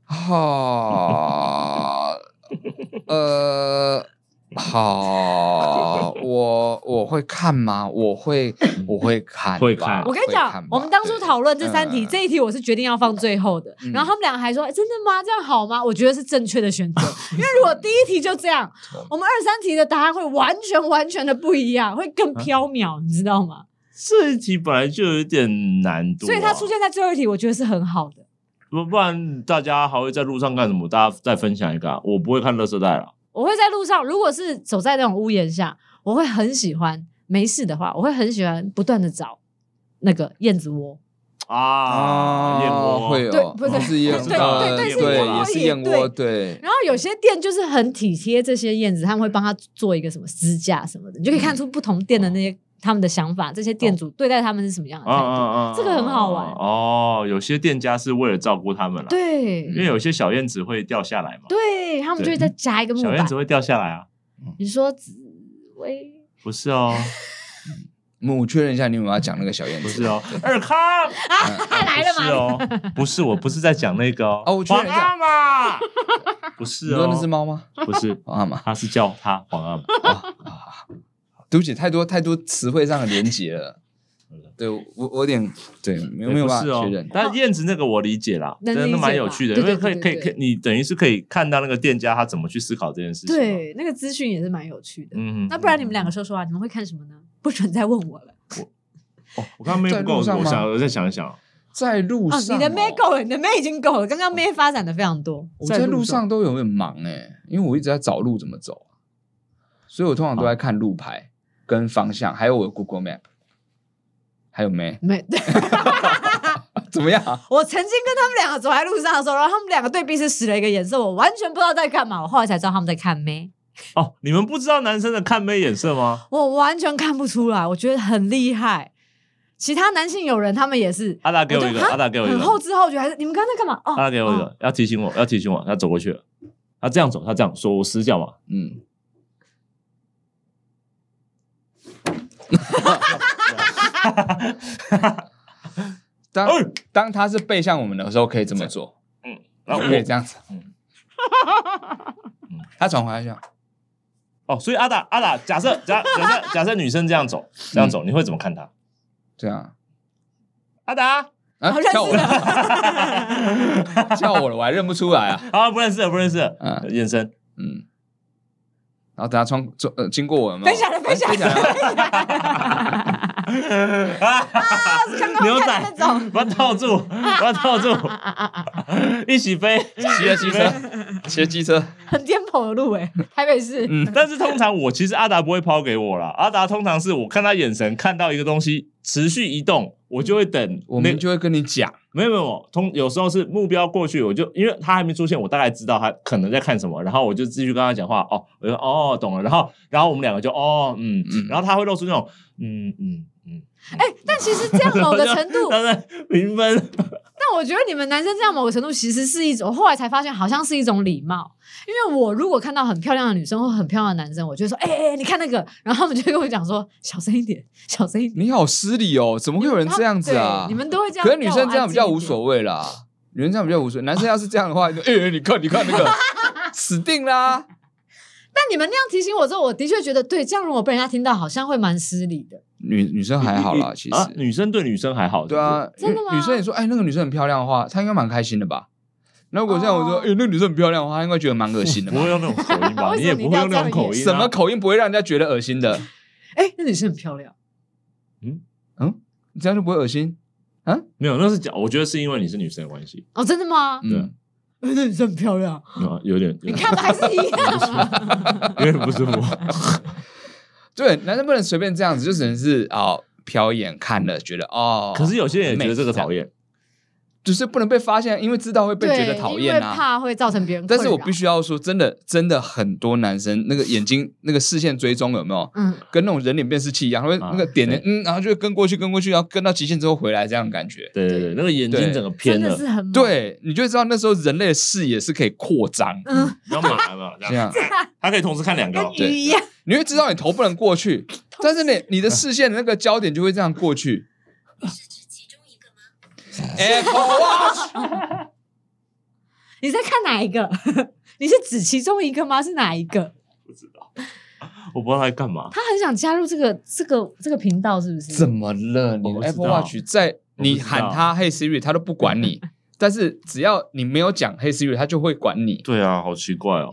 好，呃，好，我我会看吗？我会，我会看吧，
会看
我跟你讲
吧，
我们当初
对
讨论这三题，
嗯
这一题我是决定要放最后的。
嗯
然后他们俩还说哎：“真的吗？这样好吗？”我觉得是正确的选择，因为如果第一题就这样，我们二三题的答案会完全完全的不一样，会
嗯
更缥缈，你知道吗？
这一题本来就有点难度啊，
所以它出现在最后一题，我觉得是很好的。
不不然大家还会在路上干什么？大家再分享一个、啊，我不会看垃圾袋了。
我会在路上，如果是走在那种屋檐下，我会很喜欢。没事的话，我会很喜欢不断的找那个燕子窝。
啊，燕窝
会
对
有，哦
不对
是燕窝，
对对对对
也
是
是
燕
燕
窝
窝，对，
然后有些店就是很体贴这些燕子，他们会帮他做一个什么支架什么的，你就可以看出不同店的那些、他们的想法，这些店主对待他们是什么样的
哦啊
态度。
啊啊！
这个很好玩
哦。有些店家是为了照顾他们啦，
对、
因为有些小燕子会掉下来嘛，
对，他们就会再加一个木
小
板
燕子。会掉下来啊，
你说紫薇，
不是哦，
我们我确认一下，你有没有要讲那个小燕
不
子？
是 哦，尔康
啊他来了
不是
嘛？
哦，不是，我不是在讲那个哦，
哦我确
黄
认一下
阿玛，不
你
是
说
哦，
那只猫吗？
不是，
啊嘛，
他是叫他黄阿玛，
对不起，太多太多词汇上的连结了。对我我有点对没有没有
嗯不
办
是
法
哦
确认，。
但燕子那个我理解啦，
哦能
真的
理解
蛮有趣的，
吧
因
对对
为可
对
以可以
对
可以，你等于是可以看到那个店家他怎么去思考这件事情。
对，那个资讯也是蛮有趣的。
嗯，嗯，
那不然你们两个说说啊，你们会看什么呢？不准再问 我了。
哦，我刚刚没有
在
跟我
路上
我
吗
想我再想一啊想，
在路
哦，
上哦，
你的妹够了，你的妹已经够了。
哦
刚刚妹发展的非常多，
我在路上都有点忙哎，因为我一直在找路怎么走，啊所以我通常都在看路
哦
牌跟方向，还有我的 Google Map，还有没
妹。
怎么样？
我曾经跟他们两个走在路上的时候，然后他们两个对彼此使了一个眼色，我完全不知道在干嘛。我后来才知道他们在看妹，
哦，你们不知道男生的看妹眼色吗？
我完全看不出来，我觉得很厉害。其他男性友人他们也是，
阿达给我一
就
个，
哈
阿达给我一
很
个，
后知后觉，还是你们刚才在干嘛？ 哦，
阿达给我一
哦
嗯
个，要提醒我，要提醒我，他走过去了，他这样走，他这样手死角嘛，
嗯，当
哎
当他是背向我们的时候，可以这么做，
然后
哎可以这嗯
我
样子
嗯。
他转回来想，
哦，所以阿达阿达，假设假 假设假设女生这样走，
嗯
这样走，你会怎么看她？
这样
阿达，
啊
哦好，
叫我
认
了， 叫我了，我还认不出来啊。
啊，不认识了，不认识了，
嗯
眼神，
嗯，然后等他穿走呃经过我们，
分享了，分享了，分 享了。
啊
牛仔，把它 套住，把它套住，一起飞，
骑着机 车，骑着机车，
很颠簸的路哎、台北市。
嗯，
但是通常我其实阿达不会抛给我啦，阿达通常是我看他眼神看到一个东西持续移动，我就会等
我
那
们就会跟你讲，
没有没有，通有时候是目标过去，我就因为他还没出现，我大概知道他可能在看什么，然后我就继续跟他讲话。哦，我就哦懂了，然后然后我们两个就哦嗯
嗯
嗯，然后他会露出那种嗯嗯嗯，
哎、但其实这样某个程 度，
他在评分，
但我觉得你们男生这样某个程度其实是一种，我后来才发现好像是一种礼貌。因为我如果看到很漂亮的女生或很漂亮的男生，我就会说：“哎、哎、哎你看那个。”然后他们就会跟我讲说：“小声一点，小声一点。
你好失礼哦，怎么”会有人这样子啊
对？你们都会这样。
可是女生这样比较
叫我
无
安静一点
所谓啦，女生这样比较无所谓，男生要是这样的话，就哎、你看你看那 个，死定啦！
但你们那样提醒我之后，我的确觉得对，这样如果被人家听到，好像会蛮失礼的。
女女生还好啦，其实。
啊女生对女生还好，
对啊，
真的
因为
吗
女生也说，哎，那个女生很漂亮的话，她应该蛮开心的吧？那如果这样我说，
哦
哎，那个女生很漂亮的话，她应该觉得蛮恶
是
心
不
的
是，不
吧
会？用啊那种口 音吧？
为什么
你也不会用那种口音、啊，
什么口音不会让人家觉得恶心 的？
哎、那女生很漂亮，
嗯，你这样就不会恶心？
没有，那是讲，我觉得是因为你是女生的关 系，
哦，真的吗？
对
嗯，
哎、 那女生很漂亮，
啊，有点有
你
点
看吧，还是一样。
有点 不舒服。
对，男生不能随便这样子，就只能是哦，瞟一眼看了觉得哦，
可是有些人也觉得这个讨厌，
就是不能被发现，因为知道会 被
对，
觉得讨厌
因为
啊。
怕会造成别人困
但
扰。
是我必须要说，真的，真的很多男生那个眼睛那个视线追踪有没有，
嗯，
跟那种人脸辨识器一样，他会
啊
那个点点
对，
嗯，然后就跟过去跟过去，然后跟到极限之后回来这样的感觉。
对对对，那个眼睛
对
整个偏
真的
了，
是很猛，
对，你就会知道那时候人类的视野是可以扩张，
嗯，
然后马有没有
这
这样，
样
他可以同时看 两个哦，
跟鱼一样，
你会知道你头不能过去，
嗯
但是你你的视线的那个焦点就会这样过去。你是指其中一个吗？Apple Watch，
你在看哪一个？ 你是指其中一个吗？是哪一个？
我不知道他在干嘛。
他很想加入这个这个这个频道，是不是？
怎么了？
我
你的
不知
Apple
道
Watch 在
我不知道
你喊他 Hey Siri，他都不管 你。但是只要你没有讲 Hey Siri，他就会管你，
对啊，好奇怪哦。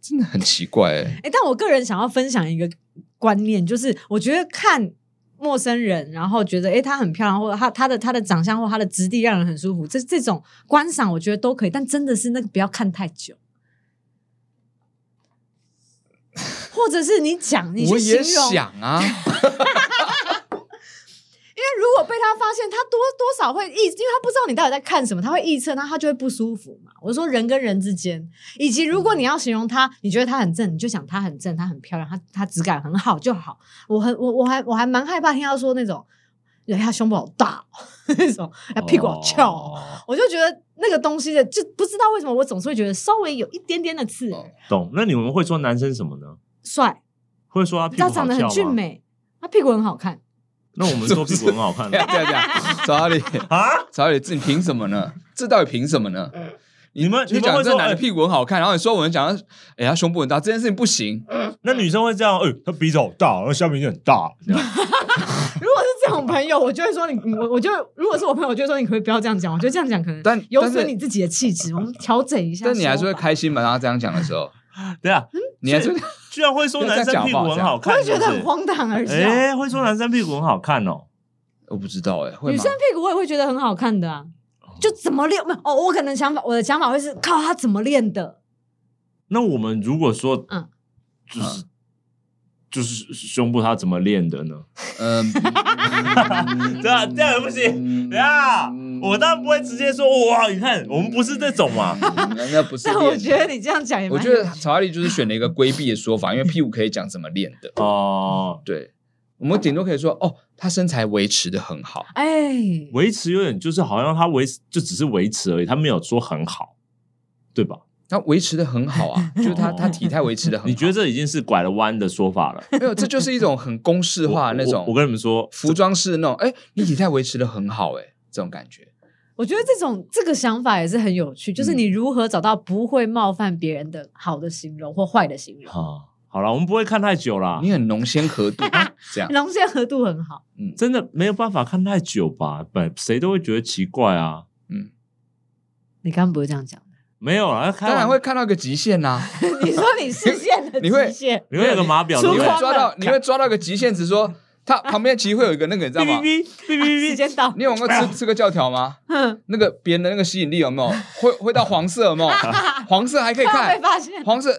真的很奇怪、欸。
哎、但我个人想要分享一个观念，就是我觉得看陌生人，然后觉得哎、诶她很漂亮，或者她她的她的长相或她的质地让人很舒服，这这种观赏我觉得都可以，但真的是那个不要看太久。或者是你讲，你去
我
形
也
容，因为
想 啊，
如果被他发现，他多多少会臆，因为他不知道你到底在看什么，他会臆测，那他就会不舒服嘛。我说人跟人之间，以及如
嗯
果你要形容她，你觉得她很正，你就想她很正，她很漂亮，她她质感很好就好。我很我我还我还蛮害怕听到说那种，人家胸部好大哦 那种，哎屁股好翘哦，
哦
我就觉得那个东西的就不知道为什么我总是会觉得稍微有一点点的刺耳
哦
懂？那你们会说男生什么呢？
帅，
会说他屁股
他
好
长得很俊
翘吗？
美，他屁股很好看，
那我们说屁股很好 看
对
的
啊对啊对啊，查理
啊？
查理，这你凭什么呢？这到底凭什么呢？
你们
你
们
讲
会
这
说
男的
哎，
屁股很好看，然后你说我们讲他，哎、他胸部很大，这件事情不行。
那女生会这样？哎，他鼻子好大，然后下面就很大，这样
如果是这种朋友，我就会说你，我我就如果是我朋友，我就会说你可不可以不要这样讲？我觉得这样讲可能
但
有
但是
损你自己的气质，我们调整一下说法。
但你还是会开心吧？当他这样讲的时候，
对啊，
你还是会
居然会说男生屁股很好
我
看，
会觉得
是
很
不是
荒唐而笑。啊
哎，会说男生屁股很好看哦。
我不知道哎、会
女
吗
生？屁股我也会觉得很好看的啊，就怎么练？没有哦，我可能想法，我的想法会是靠她怎么练的。
那我们如果说，
嗯
就是就是胸部他怎么练的呢？
嗯，
这样这样也不行。
行
呀，我当然不会直接说哇，你看我们不是这种嘛，
那不是
但
练的。
我觉得你这样讲也蛮……
我觉得查理就是选了一个规避的说法，因为屁股可以讲怎么练的。
哦，
对，我们顶多可以说哦，他身材维持的很好。
哎，
维持有点
嗯
就是好像他维持就只是维持而已，他没有说很好，对吧？
他维持的很好啊，就是他
哦
他体态维持的很好。
你觉得这已经是拐了弯的说法了？
得没有？这就是一种很公式化的那
我我
种
我跟你们说，
服装式的那种，哎，你体态维持的很好，哎，这种感觉。
我觉得这种这个想法也是很有
嗯
趣，就是你如何找到不会冒犯别人的好的形容或坏的形容，
好，好了，我们不会看太久啦，
你很浓鲜和度这样，
龙线合度很好。
真的没有办法看太久吧？本谁都会觉得奇怪啊。
嗯，
你刚刚不是这 样讲的，
没有啦，开
当
玩
然会，看到一个极限啊呐、
你说 你视线的
你会
极限，
你会有个码表，
出
对不
你
对
会
框
抓到，你会抓到一个极限，只说它旁边其实会有一个那个，你知道吗？
哔哔 哔哔哔
时间到，
你有玩过吃吃个教条吗？
哼，
那个别人的那个吸引力有没有？会会到黄色有没有？黄色还可以
怕 被
看，
发现。
黄色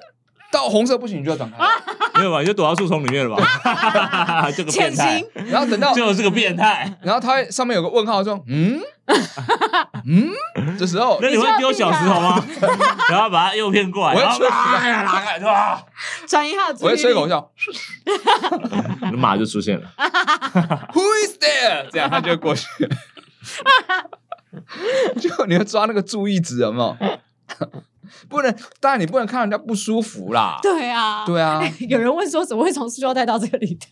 到红色不行，你就要转开。
哔，没有吧？你就躲到树丛里面了吧？ 这个变
潜
态
行，，
然后等到，
就是个变态。
然后它会上面有个问号，说嗯嗯，这时候
那你会丢小石 头吗？然后把他诱骗过来，
我会
然后
吹
哎呀，拉开是吧？
转移好注
我
意
会吹口
力。
哨
马就出现了。
，Who is there？这样他就会过去。就你要抓那个注意值有没有？不能，当然你不能看人家不舒服啦。
对啊，
对啊，
有人问说怎么会从塑胶袋到这 里的？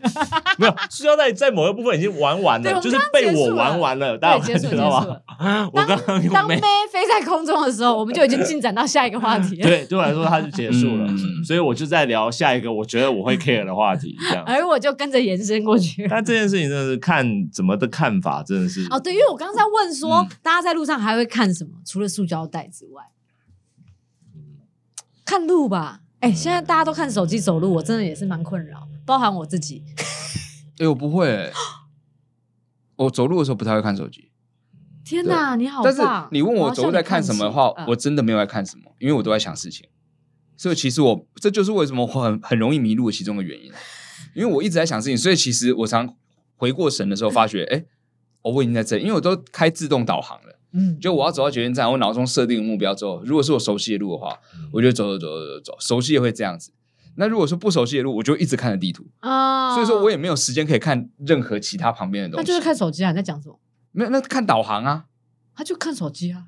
没有，塑胶袋在某个部分已经玩完
对
了，
我们
就是
刚
被
刚结束
我
了
玩完了，大家
对
有
结束
看到
啊
结束
吗
了？
我刚刚
当
又
妹
没。
飞在空中的时候，我们就已经进展到下一个话 题了。
对，对我来说它就结束了，
嗯
所以我就在聊下一个我觉得我会 care 的话题，
啊
这样。
而我就跟着延伸过 去了。
但这件事情真的是看怎么的看法，真的是
哦，对，因为我刚刚在问说，
嗯
大家在路上还会看什么？除了塑胶袋之外，看路
嗯
吧。哎、现在大家都看手机走路，我真的也是蛮困扰，包含我自己。
哎、我不会、欸，我走路的时候不太会看手机。
天哪，你好
但是
棒！
你问我走路在看什么的话
要，向你看
我
齐嗯
真的没有在看什么，因为我都在想事情。所以其实我这就是为什么我很很容易迷路的其中的原因，因为我一直在想事情，所以其实我常回过神的时候，发觉哎、诶哦我已经在这里，因为我都开自动导航了。
嗯，
就我要走到捷运站，我脑中设定目标之后，如果是我熟悉的路的话，我就走走走走走，熟悉的会这样子。那如果说不熟悉的路，我就一直看着地图，
啊
所以说我
也
也没有时间可以看任何其他旁边的东
那
西。
就是看手机啊，你在讲什么？
没有那看导航啊，
他就看手机啊，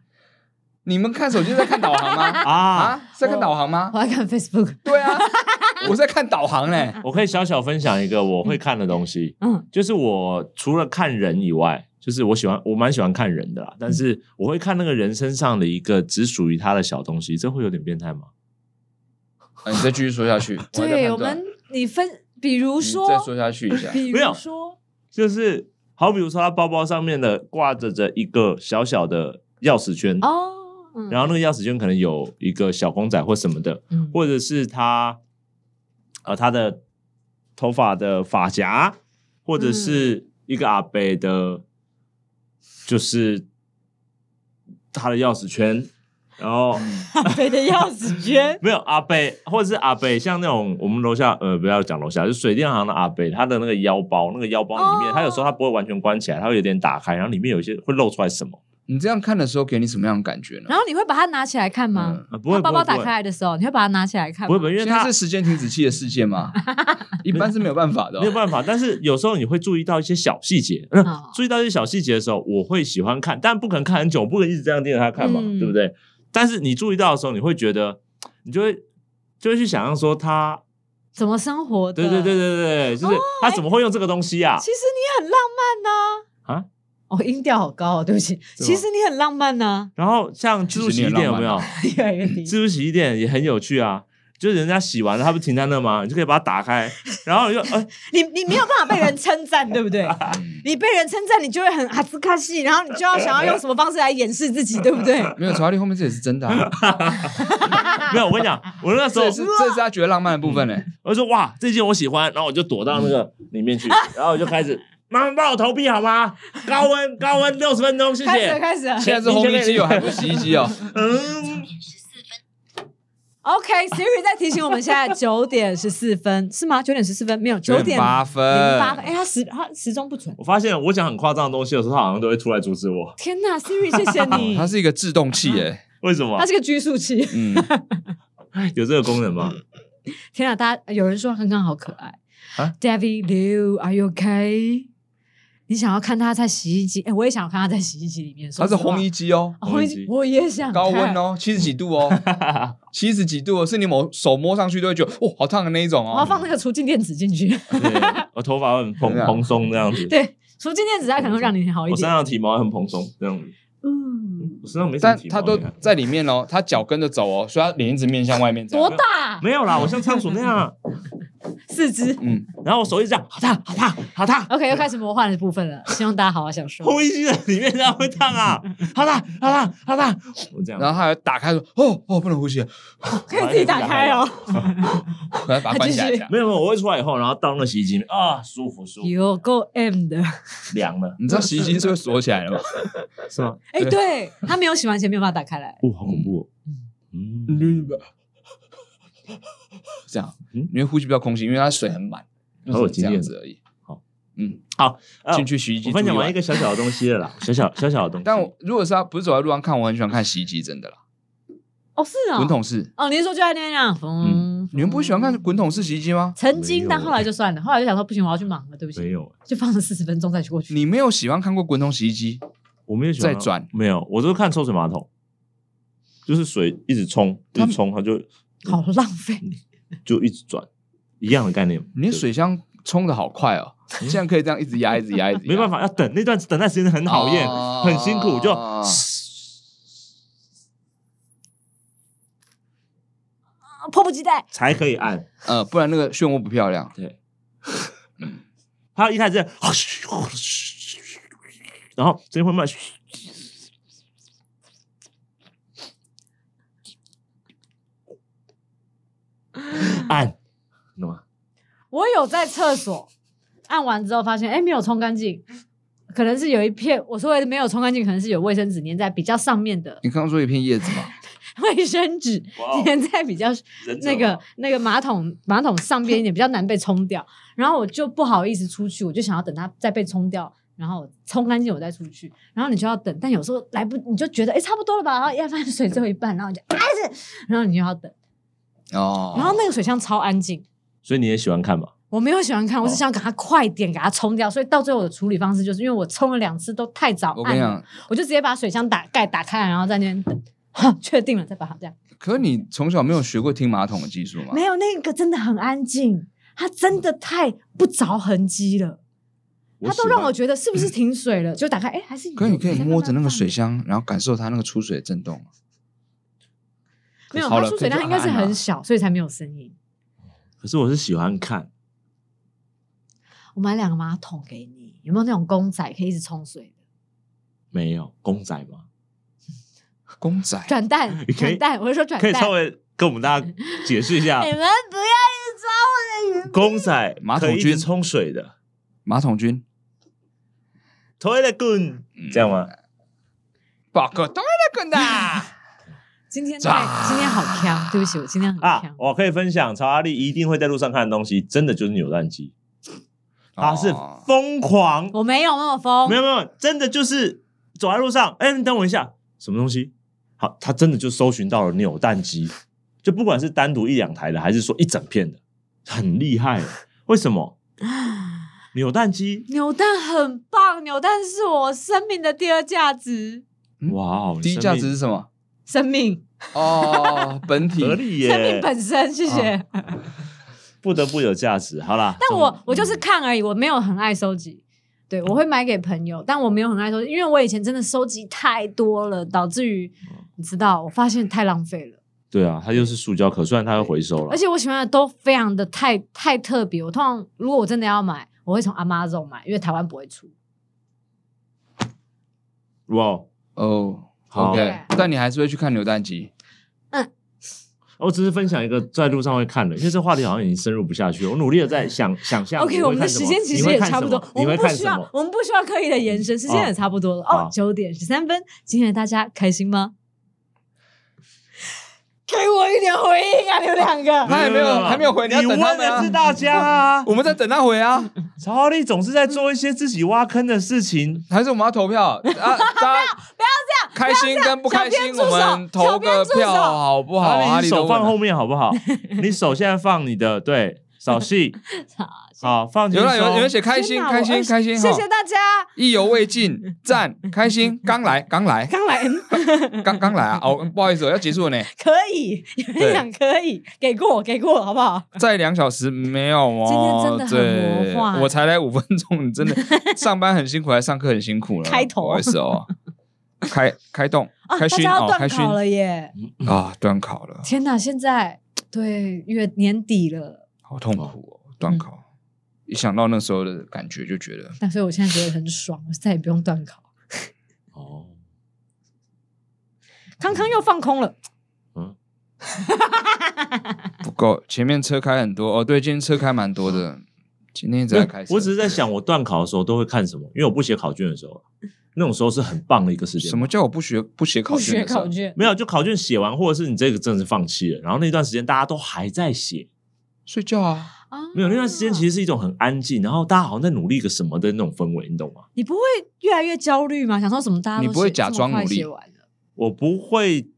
你们看手机是在看导航吗？
啊，
啊，是在看导航吗？
我在看 Facebook。
对啊， 我在看导航嘞。
我可以小小分享一个我会看的东西，
嗯，
就是我除了看人以外，就是我喜欢我蛮喜欢看人的啦，但是我会看那个人身上的一个只属于他的小东西，这会有点变态吗？
啊，你再继续说下去，还在
对，
判
我
断
们你分，比如
你
说，
再说下去一 下。
比如
没有
说，
就是好比如说他包包上面的挂着着一个小小的钥匙圈，
哦，嗯
然后那个钥匙圈可能有一个小公仔或什么的，
嗯
或者是他呃他的头发的发夹，或者是一个阿伯的，就是他的钥匙圈，然后。
飞的钥匙圈，
没有阿北，或者是阿北，像那种我们楼下，呃，不要讲楼下，就水电行的阿北，他的那个腰包，那个腰包里面，
哦
他有时候他不会完全关起来，他会有点打开，然后里面有一些会露出来 什么，
你这样看的时候，给你什么样的感觉呢
然？后你会把它拿起来看吗？
嗯
呃、不会，
他包包
不会
打开，来的时候，你会把它拿起来看吗？
不会，不会，因为
现在
他
是时间停止器的世界吗？一般是没有办法的哦。
没有办法，但是有时候你会注意到一些小细节，呃
哦
注意到一些小细节的时候，我会喜欢看，但不可能看很久，不可能一直这样盯着他看嘛，
嗯
对不对？但是你注意到的时候，你会觉得，你就会就会去想象说他，
怎么生活的？
对对对对对，就是他怎么会用这个东西啊？
哦哎其实你很浪漫呐、
啊
哦，音调好高哦，对不起。
吗
其实你很浪漫呐、
然后像自助洗衣店
啊
有没有？
越来越低。
自助洗衣店也很有趣啊，就是人家洗完了，它不停在那吗？你就可以把它打开，然后你就哎，
你你没有办法被人称赞，对不 对？
嗯
你被人称赞，你就会很啊哈兹卡西，然后你就要想要用什么方式来掩饰自己，对不对？
没有查理后面这也是真的啊，
没有，我跟你讲，我那时
这
候
也是这也是他觉得浪漫的部分嘞。
我就说哇，这件我喜欢，然后我就躲到那个
嗯
里面去，然后我就 开始，妈妈帮我投币好吗？高温高温六十分钟， 谢
开始了
谢。
开始了
现在是烘衣机哦，还不是洗衣机哦。
嗯，
OK Siri 在提醒我们现在九点十四分是吗？九点十四分没有九点
八
零
分，
八分。哎，他时他时钟不准。
我发现我讲很夸张的东西的时候，他好像都会出来阻止我，
天呐，Siri，谢谢 你。
嗯它是一个制动器耶。
为什么哎
它？是个拘束器。
嗯，
有这个功 能吗？
天啊，大家有人说他刚刚好可爱
啊
d a v i d Liu，Are you okay？你想要看他在洗衣机？哎，我也想要看他在洗衣机里面。
它是烘
红
衣机哦，
红衣
烘衣
机
机，
我也想
高温
看。
哦，七十几度哦，七十几度哦，是你某手摸上去都会觉得哦，好烫的那一种
我要
哦。
放那个除菌电子进去。
对，我头发会很蓬
对啊
蓬松这样子，
对，除菌电子它可能会让你好一
我身
点。
上的体毛也很蓬松这样子。
嗯，
我身上没什么
但
体毛
他都
你看
在里面哦，他脚跟着走哦，所以他脸一直面向外面这
多
样。
大？
没有啦，我像仓鼠那样啊，
四肢。
嗯，
然后我手一直这样，好烫，好烫，好烫。
OK，又开始魔幻的部分 了，希望大家好好享受。
烘衣机在里面，它会 烫啊！好烫，好烫，好烫！我这样，
然后他还打开说：“哦哦，不能呼吸了，
可以自己打开哦。
可能把它关起来。”这样
没有没有，我会出来以后，然后倒那洗衣机里面啊，舒服舒服，
有够 M 的，
凉了，
你知道洗衣机是会锁起来的吗？
是吗？
哎，对他没有洗完前没有办法打开来，
哇，好恐怖哦！嗯，
这样，
嗯
因为呼吸不到空气，因为它水很满，就
好有
是这
经验
样子而已。
好，
嗯，
啊
进去洗衣机。
我分享完一，个小小的东西了啦，小小小小的东西。
但我如果是他不是走在路上看，我很喜欢看洗衣机，真的啦。
哦，是啊，
滚筒式，
哦，你是说就在那边啊？嗯，
你们不喜欢看滚筒式洗衣机吗？
曾
没
经
有，
但后来就算了，后来就想说不行，我要去忙了，对不
没
起，
有，
就放了四十分钟再去过去。
你没有喜欢看过滚筒洗衣机？
我没有喜欢
再转
没有，我都看抽水马桶，就是水一直冲，一
他
直冲，它就
好浪费，
就一直转，一样的概念。
你的
对
水箱冲的好快哦，现在可以这样一直压，一直压，一直压。
没办法，要等那段等待时间很讨厌，
哦
很辛苦，就
啊迫不及待。
才可以按。
呃，不然那个漩涡不漂亮。
对，嗯他一开始这样，然后这 边会慢慢，按，懂吗？
我有在厕所按完之后发现，哎，没有冲干净，可能是有一片我说的没有冲干净，可能是有卫生纸粘在比较上面的
你刚刚说一片叶子嘛，
卫生纸
哇哦
粘在比较
忍者
那个那个马桶马桶上边一点，比较难被冲掉。然后我就不好意思出去，我就想要等它再被冲掉，然后冲干净我再出去。然后你就要等，但有时候来不，你就觉得哎差不多了吧，然后一发现水只有一半，然后你就开始，然后你就要等。
哦，
然后那个水箱超安静，
所以你也喜欢看嘛？
我没有喜欢看，我是想要给它快点给它冲掉。所以到最后我的处理方式就是因为我冲了两次都太早
我跟
按
你
了，
讲，
我就直接把水箱打盖打开来，然后在那边等。哼 确定了再把它这样。
可你从小没有学过听马桶的技术吗？
没有那个真的很安静，它真的太不着痕迹了，它
喜
都
欢
让我觉得是不是停水 了？就打开，哎，还是有
可你可以
在慢慢
摸着那个水
放，
箱，然后感受它那个出水的震动。
没有
好
它
了
出水量应该是
啊
很小，所以才没有声音。
可是我是喜欢看，
我买两个马桶给你，有没有那种公仔可以一直冲水的？
没有公仔吗？
公仔，
转蛋
可以，
转蛋，我是说转
可以稍
蛋。
微跟我们大家解释一下
啊
你，们不要一直抓我的鱼。
公仔
马桶
可以一直
君
冲水的
马桶君，
，toilet gun
嗯
这样吗？
报告当然了，滚蛋！
今天
炸
太今天好强，对不起，我今天很
啊
强，。
我可以分享，曹阿丽一定会在路上看的东西，真的就是扭蛋机，他是
哦
疯狂，
我没有那么疯，
没有没有，真的就是走在路上，哎、你等我一下，什么东西？好，他真的就搜寻到了扭蛋机，就不管是单独一两台的，还是说一整片的，很厉害。为什么？扭蛋机，
扭蛋很棒，扭蛋是我生命的第二价值，
嗯
哇哦，
低价值是什 么？
生命，
哦，本体
生命合理
生命
耶，
本身，谢谢。
哦不得不有价值。好啦，
但
总
我我就是看而已，我没有很爱收集。对，我会买给朋友，但我没有很爱收集，因为我以前真的收集太多了，导致于
哦
你知道，我发现太浪费了。
对啊，它就是塑胶壳，虽然它会回收了
而，且我喜欢的都非常的太太特别。我通常如果我真的要买，我会从 Amazon 买，因为台湾不会出。
哇哦，
哦。
好
OK，但你还是会去看扭蛋机。
我只是分享一个在路上会看的，因为这话题好像已经深入不下去了。我努力的在想想象。
OK，
你
我
会
们的
看什
时
么
间其
你
实
会
也
看
差不
什
多
么，
我
你
们
会
不
看
需
什
要
么？，
我们不需要刻意的延伸，时间也差不多了。
好
哦，九点十三分，今天的大家开心吗？ 给我一点回应啊，你们两个。
他还没有还没有回你要
你
等他
问
们啊
的是大家啊。
我们在等他回啊，
曹浩利总是在做一些自己挖坑的事情。
还是我们要投票 啊？大家
不要这样，
开心跟不开
小
心，
编助手
我们投个
小编助手
票好不好？
阿
阿
力，
里
你
都
手
问
放
了
后面好不好？你手现在放你的，对，扫戏，好，放轻
有了有有人
松。
写开心
天哪
开
我
心
二十
开心，
谢
哈
谢大家。
意犹未 尽，赞，开心，刚来刚来
刚来 嗯
刚刚来啊！哦，不好意思，要结束了呢，
可以，有人讲可以，给过给过，好不好？
再两小时没有哦。
今天真的很
对
魔幻
我才来五分钟， 你真的上班很辛苦，还上课很辛苦了。
开头
不好意思哦，开开动，
啊，
开
大
心
家要
哦
断
开
考
心
了耶！
嗯
啊，断考了，
天哪，现在对月年底了，
好痛苦哦，断
嗯
考。一想到那时候的感觉，就觉得
但所以我现在觉得很爽，我再也不用断考。
哦，
康康又放空了，
不
哎
够。前面车开很多哦，对，今天车开蛮多
嗯
的。今天一直
哎
在啊开车，
我只是在想，我断考的时候都会看什么？因为我不写考卷的时候，那种时候是很棒的一个时间。
什么？叫我不学不写考
不
卷
学
的时候
考卷，
没有，就考卷写完，或者是你这个真的是放弃了。然后那段时间大家都还在写，
睡觉啊？
啊
没有那段时间其实是一种很安静，然后大家好像在努力一个什么的那种氛围，你懂吗？
你不会越来越焦虑吗？想说什么大家都
你不会
写
假
这么
装
快
努力
写完了，
我不会，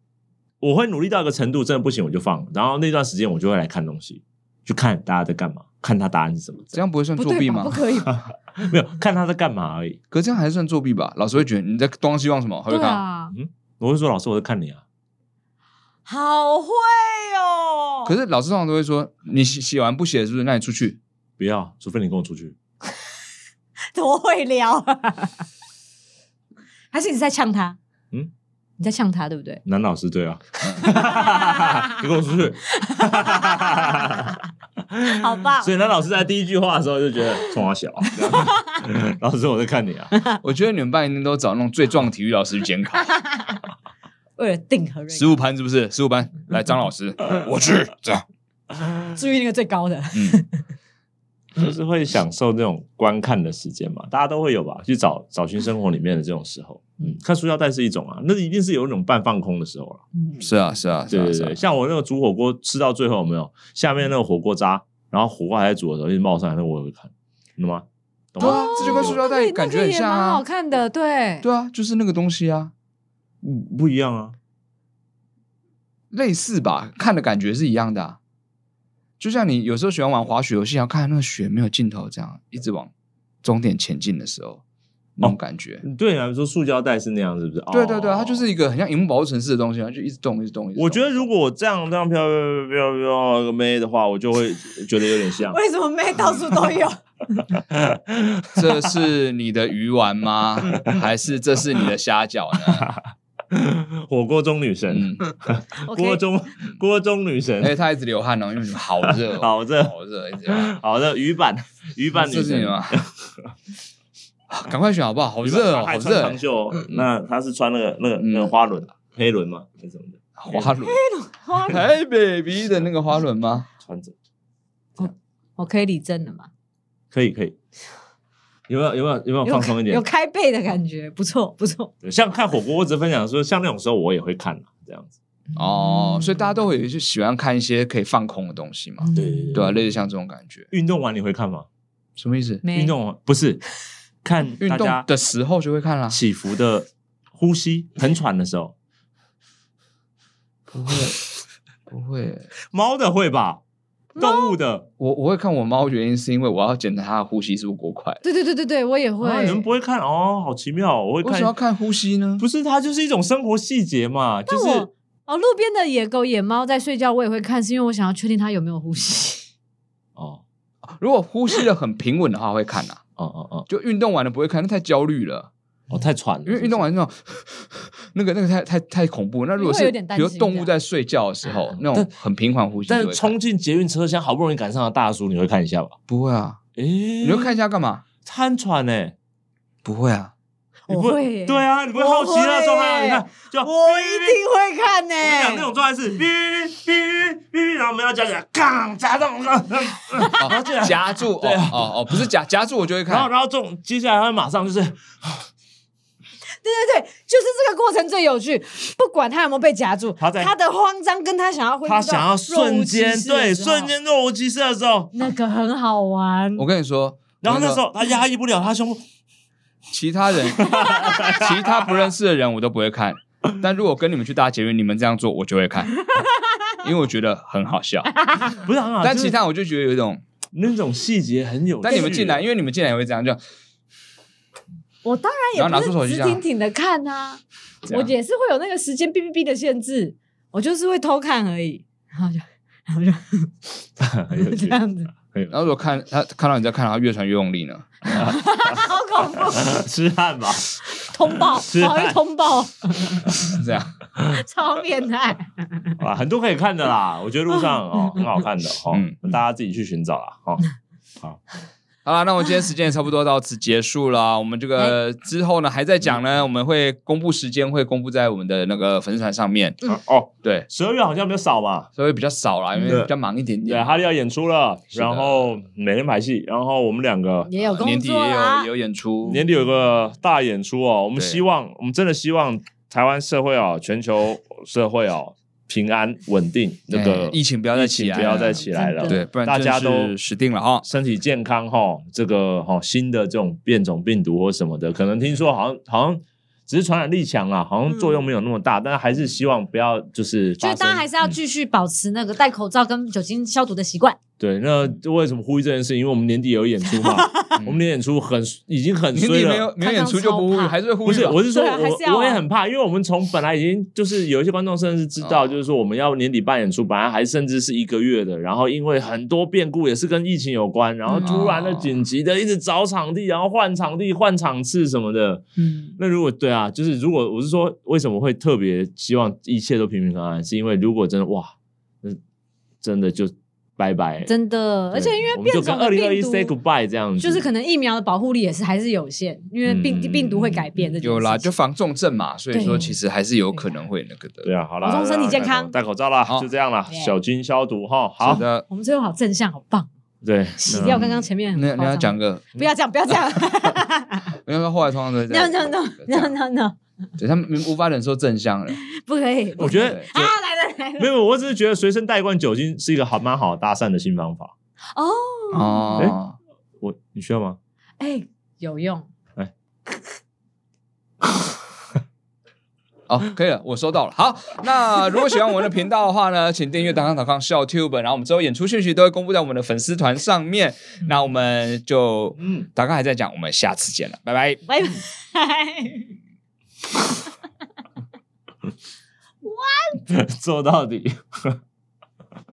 我会努力到一个程度，真的不行我就放了。然后那段时间我就会来看东西，去看大家在干嘛，看他答案是什么，
这样不会算
不
作
对
弊
吧？不
吗？
可以吧？
没有看他在干嘛而已。
可这样还是算作弊吧？老师会觉得你在东西望什么？何
对
瑞康，
啊，
我会说老师，我在看你啊。
好会哦！
可是老师通常都会说你写写完不写是不是？那你出去。
不要，除非你跟我出去。
多会聊、 啊，还是你在呛他？
嗯
嗯，你在呛他对不对？
男老师对啊， 你跟我出去。
好棒！
所以男老师在第一句话的时候就觉 得冲我小，啊 老师我在看你啊。
我觉得你们班一定都找那种最壮体育老师去 监考，
为了定和瑞
十五班是不是？十五班来张老 师，我去，这样。
注意那个最高的，
嗯，
就是会享受这种观看的时间嘛，大家都会有吧？去找找寻生活里面的这种时候，嗯
嗯，
看塑胶袋是一种啊，那一定是有一种半放空的时候了。
嗯，
是啊，是啊，是
对
啊，
对
是
对，
啊
像我那个煮火锅吃到最后有没有下面那个火锅渣，然后火锅还在煮的时候一直冒上来，那我也会看，懂吗？懂吗
啊？这就跟塑胶袋
那个
感觉很像
嗯那
啊
个也蛮好看的，对，
对啊，就是那个东西啊，
不不一样啊，
类似吧，看的感觉是一样的啊。就像你有时候喜欢玩滑雪游戏，然后看那个雪没有尽头，这样一直往终点前进的时候，那种感觉。
对你来说塑胶袋是那样，是不是？
对对对
哦
啊，它就是一个很像荧幕保护城市的东西，它就一直动，一直动。一直动
我觉得如果我这样这样飘飘飘飘飘个妹的话，我就会觉得有点
啊
像。
为什么妹到处都 有？
这是你的鱼丸 吗？还是这是你的虾饺呢？
火锅中女神，
嗯，
锅
OK，
中锅中女神，
而且他一直流汗哦，因为你们好热哦、
好热
好热，一直流汗。
好的，鱼板，鱼板女
这是
神
你，吗？ 啊赶快选好不好？好热哦，
她
好
还穿
热
长！袖哦。那她是穿那个那个那个
嗯
花轮黑轮嘛，还是什么的，
花轮，
花轮
哎，baby 的那个花轮吗？
穿着
我可以理正了嘛？
可以可以。有没有有没有有没
哦
有
有
放松一点
有？开背的感觉，不错不错。
对像看火锅，我只分享说，像那种时候我也会看啊，这样子。
哦，所以大家都会有一些喜欢看一些可以放空的东西嘛，
嗯
对对
对啊，类似像这种感觉，
运动完你会看吗？
什么意思？
没
运动完不是看
运
大
动
家
的时候就会看啦。
起伏的呼吸、很喘的时候，
不会，不会。
猫的会吧？动物的，
我我会看我猫，原因是因为我要检查它的呼吸是不是过快。
对对对对对，我也会
啊，你们不会看哦，好奇妙哦，我会
为什么要
看。
看呼吸呢？
不是，它就是一种生活细节嘛，就
但
是
我哦，路边的野狗、野猫在睡觉，我也会看，是因为我想要确定它有没有呼吸。
哦，
如果呼吸的很平稳的话，会看啦。
哦哦哦，
就运动完了不会看，那太焦虑了。
哦，太喘了，
因为运动完那种那个那个太太太恐怖。那如果
会
是
有点担
比
心
如动物在睡觉的时候，那
但
种很平缓呼吸就
但
会
是
看，
冲进捷运车厢，好不容易赶上了大叔，你会看一下吧？
不会啊？
诶，
你会看一下干嘛？
他很喘呢，
不会啊。
你
我
不
会耶
对啊，你不会好奇那个状态吗？
我会耶
你看，
我
就
一定会看呢、
我跟你讲，那种状态是哔哔哔哔哔哔，然后门要夹起来，杠夹到，
哦夹住，哦
对啊
哦哦，不是夹夹住，我就会
然后
看。
然后这种接下来他马上就是
对对对，就是这个过程最有趣。不管他有没有被夹住，
他在
的慌张跟他想要恢复，
他想要瞬间对瞬，间若无其事的时候，
那个很好玩。
我跟你说，
然后
我跟你
那时
说
候他压抑不了 他胸部，
其他 人，其他不认识的人我都不会看，但如果跟你们去搭捷运，你们这样做，我就会 看，因为我觉得很好笑。
不是很好，
但
啊就是
其他我就觉得有一种，
那种细节很有趣。
但你们进来，因为你们进来也会这样，就
我当
然后
然
拿
也
出手
不
机
是
这
直
样
挺挺的看啊，
这
我
样
也是会有那个时间哔哔哔的限制，我就是会偷看而已。然后就，然后就
很有
这
趣，
样子，
哎很有
然后我 看他看到你在看，他越传越用力呢。
好恐怖。
痴汉吧？
通报，
是啊
跑去通报，
这样。
超变态。
啊，很多可以看的啦，我觉得 路上哦很好看的哦
嗯，
大家自己去寻找啦哦。
好啦，那我们今天时间也差不多到此结束了。我们这
哎
个之后呢，还在讲呢，我们会公布时间，会公布在我们的那个粉丝团上面。
嗯
哦，
对，
十二月好像比较少嘛，
所以比较少啦，因为
嗯对
比较忙一点
对，
点。
哈利要演出了，
是的
然后每天排戏，然后我们两个
也有
年
工
底
作啊
也有
啦
也，有演出，
年底有个大演出哦，我们
对
希望，我们真的希望台湾社会哦，全球社 会哦，平安稳定，那个
哎疫情不要再起来
不要再起来了，
真
对，
的
不然
大家
真的是
都
死定了哦哈。
身体健康哈、这个哈、新的这种变种病毒或什么的，可能听说好像好像只是传染力强啊，好像作用没有那么大，
嗯
但还是希望不要就是
就
发
是大家还
生。嗯
是要继续保持那个戴口罩跟酒精消毒的习惯。
对，那为什么呼吁这件事？因为我们年底有演 出嘛，我们年底演出很已经很
年
衰
底没
了。
有没有演出就不呼吁，
看到超怕
还是会呼
啊不
吁
是，
吧。
我是说
对啊还
我
是要啊
我也很怕，因为我们从本来已经就是有一些观众甚至知道，
哦
就是说我们要年底办演出，本来还甚至是一个月的，然后因为很多变故也是跟疫情有关，然后突然的
嗯
紧急的一直找场地，然后换场地、换场次什么的。
嗯，
那如果对啊，就是如果我是说，为什么会特别希望一切都平平安安，是因为如果真的哇，那真的就拜拜，
真的，
对
而且因
我
为
们就
变
跟
种
二
的
零二一
病
say
毒，
goodbye 这样子，
就是可能疫苗的保护力也是还是有限，因为病
嗯
病毒会改变这件事情。
有啦，就防重症嘛，所以说
对
其实还是有可能会那个的。
对啊，好啦，
保重身体
那
健康
戴口罩啦，
好
就这样啦，
Yeah
小菌消毒哈，
好
好，
的，
我们最后好正向，好棒，
对，嗯
洗
那
掉刚刚前面很
那你
夸
要
张
讲，
嗯
个，
不要讲，不要讲
因为后来通常都 会这
，no
样
no no
这
no
样
no no，
对他们无法忍受正向了。
不可 以。
我觉得
对
啊，来了来
没
了，
有，我只是觉得随身带一罐酒精是一个好蛮好搭讪的新方法。
哦，
哦，
我你需要 吗？
哎，有用，
嗯
好，哦可以了，我收到了。好，那如果喜欢我们的频道的话呢， 请订阅当当当康笑 Tube，然后我们之后演出讯息都会公布在我们的粉丝团上面。那我们就
嗯，
大概还在讲，我们下次见了，拜拜。
拜拜。
做到底。